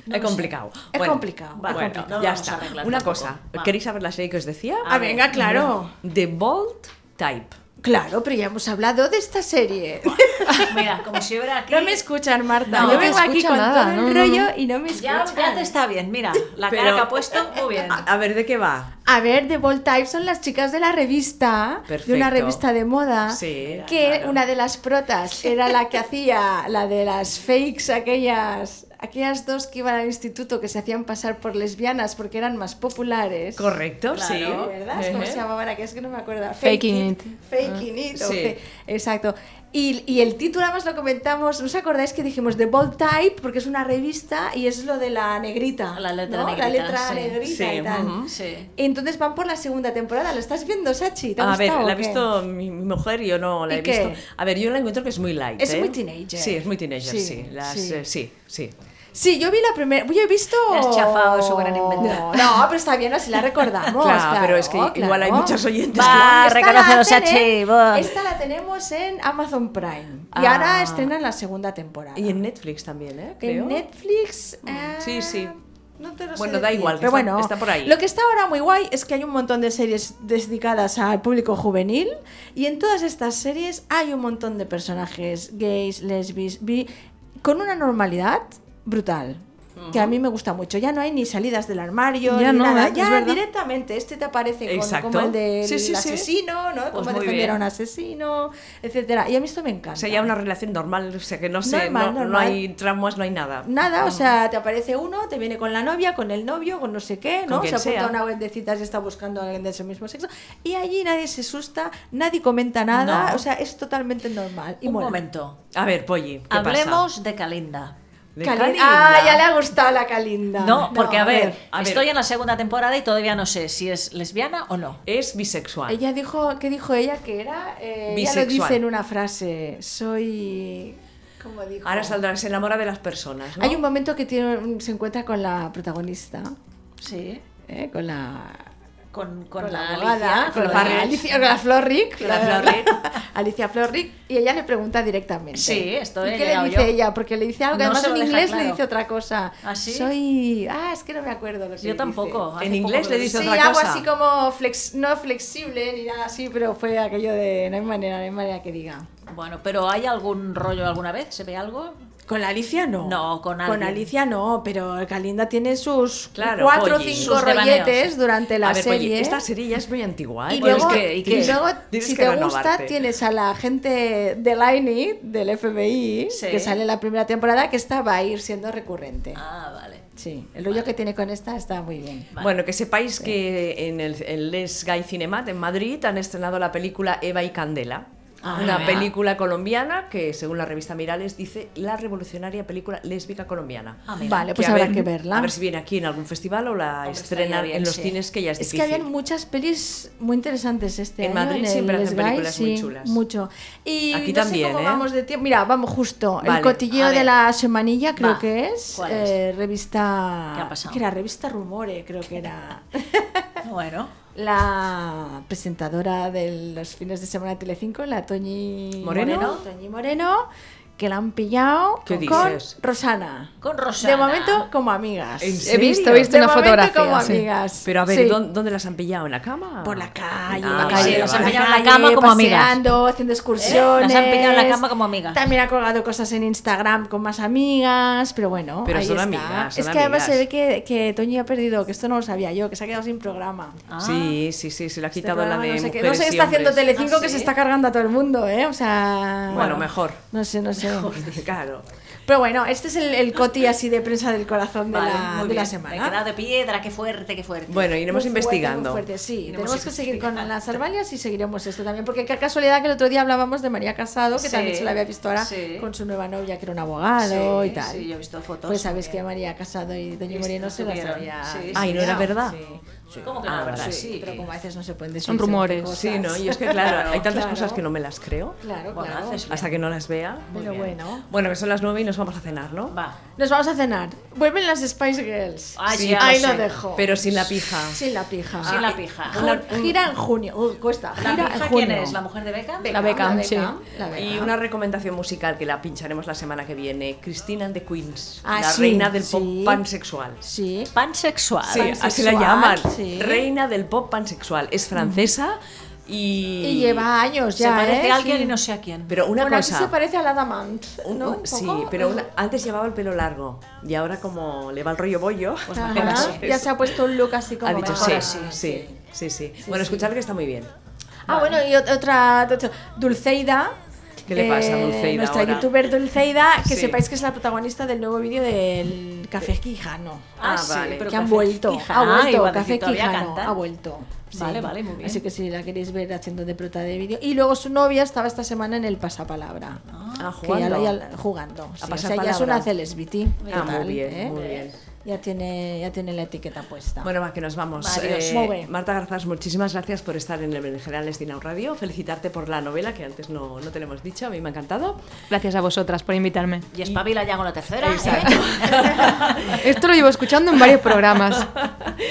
Speaker 1: es complicado.
Speaker 7: Es complicado,
Speaker 1: bueno,
Speaker 3: es complicado. No
Speaker 1: ya
Speaker 3: vamos a
Speaker 1: está.
Speaker 3: arreglar
Speaker 1: Una
Speaker 3: tampoco.
Speaker 1: cosa,
Speaker 3: Va.
Speaker 1: ¿queréis saber la serie que os decía?
Speaker 7: Ah, venga, claro.
Speaker 1: The Bold Type.
Speaker 7: Claro, pero ya hemos hablado de esta serie.
Speaker 3: Mira, como si hubiera aquí...
Speaker 7: No me escuchan, Marta.
Speaker 4: No,
Speaker 7: Yo
Speaker 4: no te
Speaker 7: vengo aquí
Speaker 4: escucho
Speaker 7: con
Speaker 4: nada,
Speaker 7: todo
Speaker 4: no,
Speaker 7: el
Speaker 4: no,
Speaker 7: rollo
Speaker 4: no.
Speaker 7: y no me
Speaker 3: ya,
Speaker 7: escuchan.
Speaker 3: ya te está bien, mira, la cara
Speaker 1: Pero-
Speaker 3: que ha puesto, muy bien.
Speaker 1: A, a ver, ¿de qué va?
Speaker 7: A ver, The Bold Type son las chicas de la revista, de
Speaker 1: Perfecto.
Speaker 7: una revista de moda,
Speaker 1: Sí,
Speaker 7: que
Speaker 1: claro.
Speaker 7: una de las protas era la que hacía la de las fakes, aquellas, aquellas dos que iban al instituto que se hacían pasar por lesbianas porque eran más populares.
Speaker 1: Correcto, sí.
Speaker 7: Sí, ¿verdad? ¿Cómo se
Speaker 1: Ujú.
Speaker 7: llamaba la que es que no me acuerdo?
Speaker 4: Faking It.
Speaker 7: Faking It. o
Speaker 1: Sí.
Speaker 7: fe- Exacto. Y, y el título además lo comentamos, ¿no os acordáis que dijimos The Bold Type? Porque es una revista y es lo de la negrita.
Speaker 3: La letra
Speaker 7: ¿no?
Speaker 3: negrita,
Speaker 7: La letra
Speaker 3: sí.
Speaker 7: negrita
Speaker 1: Sí,
Speaker 7: y tal.
Speaker 1: ujú.
Speaker 3: Sí.
Speaker 7: Entonces van por la segunda temporada. ¿Lo estás viendo, Sachi? ¿Te ha
Speaker 1: A ver, la
Speaker 7: gustado o
Speaker 1: ha
Speaker 7: qué?
Speaker 1: visto mi, mi mujer, yo no la
Speaker 7: ¿Y
Speaker 1: he
Speaker 7: qué?
Speaker 1: visto. A ver, yo la encuentro que es muy light.
Speaker 7: Es
Speaker 1: ¿eh?
Speaker 7: muy teenager.
Speaker 1: Sí, es muy teenager,
Speaker 7: Sí,
Speaker 1: sí. Las,
Speaker 7: sí.
Speaker 1: eh, sí, sí.
Speaker 7: Sí, yo vi la primera. Yo he visto.
Speaker 3: Le has chafado su gran invento.
Speaker 7: No, no, pero está bien, así la recordamos.
Speaker 1: Claro, pero es que igual hay
Speaker 7: muchas
Speaker 1: muchos oyentes que
Speaker 3: Va,
Speaker 7: Esta la
Speaker 3: reconócelo,
Speaker 7: hacen
Speaker 3: Sachi.
Speaker 7: en-
Speaker 3: va.
Speaker 7: Esta la tenemos en Amazon Prime. Y
Speaker 1: Ah.
Speaker 7: ahora estrenan la segunda temporada.
Speaker 1: Y en Netflix también, ¿eh?
Speaker 7: En
Speaker 1: Creo. Mm,
Speaker 7: Netflix. eh,
Speaker 1: sí, sí.
Speaker 7: No te lo sé
Speaker 1: Bueno, da
Speaker 7: decir,
Speaker 1: igual, que
Speaker 7: pero
Speaker 1: está-
Speaker 7: bueno,
Speaker 1: está por ahí.
Speaker 7: Lo que está ahora muy guay es que hay un montón de series dedicadas al público juvenil y en todas estas series hay un montón de personajes gays, lesbis, bi, con una normalidad brutal. Que a mí me gusta mucho. Ya no hay ni salidas del armario,
Speaker 4: Ya
Speaker 7: ni
Speaker 4: no,
Speaker 7: nada.
Speaker 4: ¿eh? Es
Speaker 7: Ya
Speaker 4: verdad.
Speaker 7: directamente este te aparece con-
Speaker 1: Exacto.
Speaker 7: como el del
Speaker 1: Sí, sí, sí.
Speaker 7: asesino, ¿no?
Speaker 1: Pues
Speaker 7: como
Speaker 1: muy
Speaker 7: defender
Speaker 1: bien.
Speaker 7: a un asesino, etcétera. Y a mí esto me encanta.
Speaker 1: O sea, ya una relación normal, o sea, que no sé,
Speaker 7: Normal,
Speaker 1: no, no
Speaker 7: normal.
Speaker 1: hay tramas, no hay nada.
Speaker 7: Nada, o sea, te aparece uno, te viene con la novia, con el novio, con no sé qué,
Speaker 1: Con
Speaker 7: ¿no?
Speaker 1: quien
Speaker 7: Se apunta
Speaker 1: sea.
Speaker 7: a una web de citas y está buscando a alguien de su mismo sexo. Y allí nadie se asusta, nadie comenta nada,
Speaker 1: No.
Speaker 7: o sea, es totalmente normal. Y
Speaker 3: Un
Speaker 7: mola.
Speaker 3: momento.
Speaker 1: A ver, Polly, ¿qué
Speaker 3: Hablemos de Calinda.
Speaker 1: pasa? De
Speaker 7: Cali-
Speaker 1: Kalinda.
Speaker 7: Ah, ya le ha gustado la Calinda.
Speaker 3: No, porque a ver,
Speaker 1: a ver.
Speaker 3: estoy en la segunda temporada y todavía no sé si es lesbiana o no.
Speaker 1: Es bisexual.
Speaker 7: Ella dijo, ¿qué dijo ella que era? Eh, ella lo
Speaker 1: Bisexual.
Speaker 7: dice en una frase, soy... ¿Cómo dijo?
Speaker 1: Ahora saldrá, se enamora de las personas, ¿no?
Speaker 7: Hay un momento que tiene, se encuentra con la protagonista,
Speaker 3: Sí.
Speaker 7: ¿eh? con la
Speaker 3: Con, con,
Speaker 7: con
Speaker 3: la,
Speaker 7: la
Speaker 3: Alicia,
Speaker 7: abogada, con
Speaker 3: Flores.
Speaker 7: la Alicia, con la Florrick,
Speaker 1: Con la Florrick.
Speaker 7: Alicia Florrick, y ella le pregunta directamente.
Speaker 3: Sí, esto he
Speaker 7: ¿Y qué le
Speaker 3: llegado
Speaker 7: dice
Speaker 3: yo.
Speaker 7: ella? Porque le dice algo, que
Speaker 3: No
Speaker 7: además
Speaker 3: se lo
Speaker 7: en
Speaker 3: deja
Speaker 7: inglés
Speaker 3: claro.
Speaker 7: le dice otra cosa.
Speaker 3: ¿Ah, sí?
Speaker 7: Soy, ah, es que no me acuerdo lo que
Speaker 3: Yo tampoco. hace
Speaker 1: En
Speaker 3: poco
Speaker 1: inglés
Speaker 3: que
Speaker 1: le
Speaker 3: lo
Speaker 1: dice
Speaker 7: Dice. Sí,
Speaker 1: otra
Speaker 7: algo
Speaker 1: cosa.
Speaker 7: así como flex, no flexible ni nada así, pero fue aquello de no hay manera, no hay manera que diga.
Speaker 3: Bueno, pero ¿hay algún rollo alguna vez? ¿Se ve algo?
Speaker 7: Con la Alicia no.
Speaker 3: No, con
Speaker 7: Con
Speaker 3: alguien.
Speaker 7: Alicia no, pero Calinda tiene sus
Speaker 1: Claro,
Speaker 7: cuatro o
Speaker 1: Polly.
Speaker 7: cinco
Speaker 3: Sus devaneos.
Speaker 7: rolletes durante la
Speaker 1: a ver,
Speaker 7: serie.
Speaker 1: Polly, esta serie ya es muy antigua, ¿eh?
Speaker 7: Y
Speaker 1: Bueno,
Speaker 7: luego,
Speaker 1: es que-
Speaker 3: ¿y
Speaker 7: y
Speaker 3: qué?
Speaker 7: luego,
Speaker 1: Tienes
Speaker 7: si
Speaker 1: que
Speaker 7: te gusta,
Speaker 1: renovarte.
Speaker 7: tienes a la gente de Lainey, del FBI,
Speaker 3: Sí.
Speaker 7: que sale en la primera temporada, que esta va a ir siendo recurrente.
Speaker 3: Ah, vale.
Speaker 7: Sí, el rollo que tiene con esta está muy bien.
Speaker 1: Bueno, que sepáis que en el, en Les Guy Cinemat en Madrid han estrenado la película Eva y Candela.
Speaker 3: Ah,
Speaker 1: una
Speaker 3: mira.
Speaker 1: película colombiana que, según la revista Mirales, dice la revolucionaria película lésbica colombiana.
Speaker 3: Ah, mira.
Speaker 7: Vale, pues
Speaker 1: a
Speaker 7: habrá
Speaker 1: ver-
Speaker 7: que verla.
Speaker 1: A ver si viene aquí en algún festival o la
Speaker 3: Hombre, estaría
Speaker 1: estrenan
Speaker 3: bien,
Speaker 1: en los
Speaker 3: sí.
Speaker 1: cines, que ya es,
Speaker 7: es que
Speaker 1: difícil.
Speaker 7: habían muchas pelis muy interesantes este
Speaker 1: En
Speaker 7: año.
Speaker 1: Madrid
Speaker 7: el
Speaker 1: siempre hacen
Speaker 7: Les Guy,
Speaker 1: películas muy
Speaker 7: sí,
Speaker 1: chulas.
Speaker 7: Mucho. Y
Speaker 1: Aquí
Speaker 7: no sé
Speaker 1: también,
Speaker 7: cómo
Speaker 1: ¿eh?
Speaker 7: vamos de tiempo. Mira, vamos justo.
Speaker 1: Vale,
Speaker 7: el cotilleo
Speaker 3: a ver.
Speaker 7: de la semanilla, creo
Speaker 3: Va.
Speaker 7: que es.
Speaker 3: ¿Cuál es?
Speaker 7: eh, revista.
Speaker 3: ¿Qué ha pasado?
Speaker 7: Que era revista Rumore, creo que era.
Speaker 3: Bueno.
Speaker 7: La presentadora de los fines de semana de Telecinco, la Toñi
Speaker 1: Moreno.
Speaker 7: Toñi Moreno, que la han pillado
Speaker 1: ¿Qué
Speaker 7: con
Speaker 1: dices?
Speaker 7: Rosana.
Speaker 3: Con Rosana.
Speaker 7: De momento como amigas.
Speaker 1: ¿En
Speaker 7: De
Speaker 1: serio?
Speaker 9: visto, he visto una
Speaker 7: momento
Speaker 9: fotografía.
Speaker 7: como
Speaker 9: sí.
Speaker 7: amigas.
Speaker 1: Pero a ver,
Speaker 7: Sí.
Speaker 1: ¿dónde, dónde las han pillado? ¿En la cama?
Speaker 7: Por la calle.
Speaker 1: Ah, vale, Sí, las han
Speaker 3: vale. pillado en la cama como amigas.
Speaker 7: paseando, haciendo excursiones.
Speaker 3: ¿Eh? Las han pillado en la cama como amigas.
Speaker 7: También ha colgado cosas en Instagram con más amigas, pero bueno,
Speaker 1: Pero
Speaker 7: ahí
Speaker 1: son
Speaker 7: está.
Speaker 1: amigas, son
Speaker 7: es que además se
Speaker 1: amigas.
Speaker 7: ve que, que Toño ha perdido, que esto no lo sabía yo, que se ha quedado sin programa.
Speaker 3: Ah,
Speaker 1: Sí, sí, sí, se la ha
Speaker 7: Este
Speaker 1: quitado la
Speaker 7: programa
Speaker 1: de
Speaker 7: no sé qué-
Speaker 1: mujeres
Speaker 7: No sé qué
Speaker 1: y
Speaker 7: está haciendo
Speaker 1: hombres.
Speaker 7: Telecinco,
Speaker 3: Ah,
Speaker 7: que se
Speaker 3: sí.
Speaker 7: está cargando a todo el mundo, ¿eh? O sea...
Speaker 1: Bueno, mejor.
Speaker 7: No sé, no sé.
Speaker 1: Claro.
Speaker 7: Pero bueno, este es el, el coti así de prensa del corazón de,
Speaker 3: vale,
Speaker 7: la,
Speaker 3: muy
Speaker 7: de
Speaker 3: bien. Me
Speaker 7: la
Speaker 3: he
Speaker 7: semana.
Speaker 3: quedado de piedra, qué fuerte, qué fuerte.
Speaker 1: Bueno, iremos
Speaker 7: Muy fuerte,
Speaker 1: investigando.
Speaker 7: muy fuerte, sí,
Speaker 3: Iremos
Speaker 7: tenemos que seguir con
Speaker 3: investigando.
Speaker 7: las albalias y seguiremos esto también, porque qué casualidad que el otro día hablábamos de María Casado, que
Speaker 3: Sí,
Speaker 7: también se la había visto ahora
Speaker 3: sí.
Speaker 7: con su nueva novia, que era un
Speaker 3: Sí,
Speaker 7: abogado y tal.
Speaker 3: Sí, yo he visto fotos.
Speaker 7: pues sabéis que
Speaker 3: también.
Speaker 7: María Casado y Doña Moreno se las
Speaker 3: Estuvieron,
Speaker 7: había...
Speaker 3: sí,
Speaker 1: Ay, ¿no era verdad?
Speaker 3: ¿Cómo que no?
Speaker 1: Ah,
Speaker 3: Pero
Speaker 1: vale.
Speaker 3: sí,
Speaker 7: Pero como a veces no se pueden decir
Speaker 4: Son rumores.
Speaker 7: cosas.
Speaker 1: Sí, ¿no? Y es que, claro, hay tantas
Speaker 7: Claro.
Speaker 1: cosas que no me las creo
Speaker 7: Claro,
Speaker 3: Bueno,
Speaker 7: claro.
Speaker 3: haces-
Speaker 1: hasta que no las vea.
Speaker 7: Pero bueno.
Speaker 1: Bueno, que son las nueve y nos vamos a cenar, ¿no?
Speaker 3: Va.
Speaker 7: Nos vamos a cenar. Vuelven las Spice Girls.
Speaker 3: Ah,
Speaker 1: Sí.
Speaker 3: ya
Speaker 7: Ahí
Speaker 3: lo
Speaker 7: lo
Speaker 3: sé.
Speaker 7: dejo.
Speaker 1: Pero sin la pija.
Speaker 7: Sin la pija.
Speaker 3: Sin la pija.
Speaker 7: Ju- gira en junio. Uh, cuesta.
Speaker 3: ¿La
Speaker 7: Gira en
Speaker 3: pija
Speaker 7: junio.
Speaker 3: quién es? ¿La mujer de Beckham?
Speaker 7: Beckham,
Speaker 9: Beckham, sí.
Speaker 7: Ah, La Beckham.
Speaker 1: Y una recomendación musical que la pincharemos la semana que viene, Christina and the Queens,
Speaker 7: Ah,
Speaker 1: la
Speaker 7: sí,
Speaker 1: reina del pop
Speaker 7: sí.
Speaker 1: pansexual.
Speaker 7: Sí.
Speaker 3: Pansexual.
Speaker 1: Sí, así la
Speaker 7: Pansexual,
Speaker 1: llaman,
Speaker 7: sí.
Speaker 1: reina del pop pansexual. Es francesa y...
Speaker 7: Y lleva años
Speaker 3: Se
Speaker 7: ya.
Speaker 3: parece
Speaker 7: ¿eh?
Speaker 3: a alguien
Speaker 7: Sí.
Speaker 3: y no sé a quién.
Speaker 1: Pero una
Speaker 7: bueno,
Speaker 1: cosa...
Speaker 7: aquí se parece a la Damant.
Speaker 1: un-
Speaker 7: ¿no?
Speaker 1: un-
Speaker 7: Un
Speaker 1: sí,
Speaker 7: poco.
Speaker 1: pero una- antes llevaba el pelo largo y ahora como le va el rollo bollo,
Speaker 7: Ajá.
Speaker 3: mejor así.
Speaker 7: Pues Ya se ha puesto un look así como
Speaker 1: ha dicho
Speaker 7: mejor
Speaker 1: sí,
Speaker 7: así.
Speaker 1: sí, sí, sí, Bueno,
Speaker 7: sí.
Speaker 1: escuchar que está muy bien.
Speaker 7: Ah, bueno, y ot- otra, otra- Dulceida. Eh,
Speaker 1: ¿Qué le pasa a Dulceida
Speaker 7: Nuestra
Speaker 1: ahora?
Speaker 7: youtuber Dulceida, que
Speaker 1: Sí.
Speaker 7: sepáis que es la protagonista del nuevo vídeo del Café Quijano.
Speaker 1: Ah, vale.
Speaker 7: que han vuelto, ha
Speaker 3: Ah,
Speaker 7: vuelto,
Speaker 3: igual
Speaker 7: Café
Speaker 3: decir, todavía
Speaker 7: Quijano,
Speaker 3: cantan.
Speaker 7: ha vuelto.
Speaker 3: Vale, vale, muy bien.
Speaker 7: Así que si la queréis ver haciendo de prota de vídeo. Y luego su novia estaba esta semana en el Pasapalabra.
Speaker 1: Ah,
Speaker 7: que ya
Speaker 1: jugando.
Speaker 7: la- ya la- jugando. sí. o sea, ya
Speaker 1: Pasapalabra.
Speaker 7: es una celebrity.
Speaker 1: Ah, muy
Speaker 7: total,
Speaker 1: bien,
Speaker 7: ¿eh?
Speaker 1: muy bien.
Speaker 7: Ya tiene, ya tiene la etiqueta puesta.
Speaker 1: Bueno, va, que nos vamos.
Speaker 7: Adiós.
Speaker 1: Eh,
Speaker 7: Muy bien.
Speaker 1: Marta Garzás, muchísimas gracias por estar en el Berenjenales de Inau Radio. Felicitarte por la novela que antes no, no tenemos dicho, a mí me ha encantado.
Speaker 4: Gracias a vosotras por invitarme.
Speaker 3: Y espabila ya con la tercera. ¿eh?
Speaker 4: Esto lo llevo escuchando en varios programas.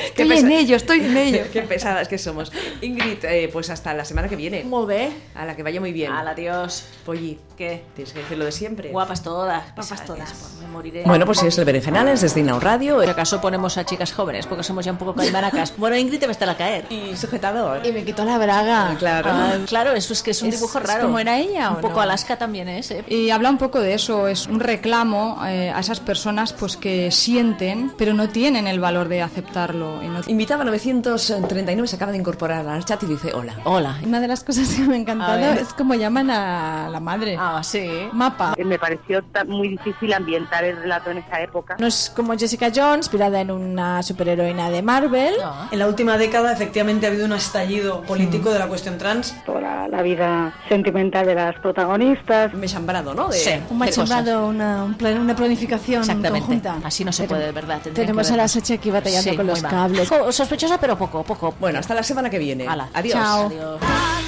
Speaker 4: Estoy
Speaker 1: pesa-
Speaker 4: en ello, estoy en ello.
Speaker 1: Qué pesadas que somos. Ingrid, eh, pues hasta la semana que viene.
Speaker 7: Muy bien.
Speaker 1: A la que vaya muy bien.
Speaker 3: Hala, Dios. Pues,
Speaker 1: Polly,
Speaker 3: ¿Qué?
Speaker 1: tienes que decir lo de siempre.
Speaker 3: Guapas todas.
Speaker 7: Guapas todas.
Speaker 3: Me moriré.
Speaker 1: Bueno, pues es el Berenjenales desde Inau Radio.
Speaker 3: Por acaso ponemos a chicas jóvenes, porque somos ya un poco calmaracas. Bueno, Ingrid te va a estar a caer.
Speaker 1: Y sujetador.
Speaker 7: Y me quitó la braga.
Speaker 1: Claro.
Speaker 3: Ah, claro, eso es que es un
Speaker 7: Es-
Speaker 3: dibujo
Speaker 7: es
Speaker 3: raro.
Speaker 7: como era ella, ¿o
Speaker 3: Un poco
Speaker 7: no?
Speaker 3: Alaska también es, ¿eh?
Speaker 9: Y habla un poco de eso, es un reclamo eh, a esas personas pues que sienten, pero no tienen el valor de aceptarlo. y no-
Speaker 1: Invitaba 939, se acaba de incorporar al chat y dice hola.
Speaker 3: Hola.
Speaker 9: Una de las cosas que me ha encantado
Speaker 3: ver.
Speaker 9: es como llaman a la madre.
Speaker 3: Ah, sí.
Speaker 9: Mapa.
Speaker 10: Me pareció ta- muy difícil ambientar el relato en esa época.
Speaker 7: No es como Jessica Jones, inspirada en una superheroína de Marvel.
Speaker 11: En la última década, efectivamente, ha habido un estallido
Speaker 3: Mm.
Speaker 11: político de la cuestión trans.
Speaker 10: Toda la vida sentimental de las protagonistas.
Speaker 1: Me he chambrado, ¿no? De-
Speaker 3: Sí.
Speaker 1: de
Speaker 7: Un
Speaker 3: cosas.
Speaker 7: machembrado, una, un plan- una planificación
Speaker 3: Exactamente.
Speaker 7: conjunta.
Speaker 3: Así no se puede, de verdad. tendrían
Speaker 7: Tenemos
Speaker 3: que
Speaker 7: a la
Speaker 3: verlas.
Speaker 7: Sacha aquí batallando
Speaker 3: Sí,
Speaker 7: con
Speaker 3: muy
Speaker 7: los
Speaker 3: mal.
Speaker 7: cables.
Speaker 3: Co- Sospechosa, pero poco, poco.
Speaker 1: Bueno, hasta la semana que viene.
Speaker 3: Hala.
Speaker 1: Adiós.
Speaker 7: Chao.
Speaker 3: Adiós.
Speaker 10: Adiós.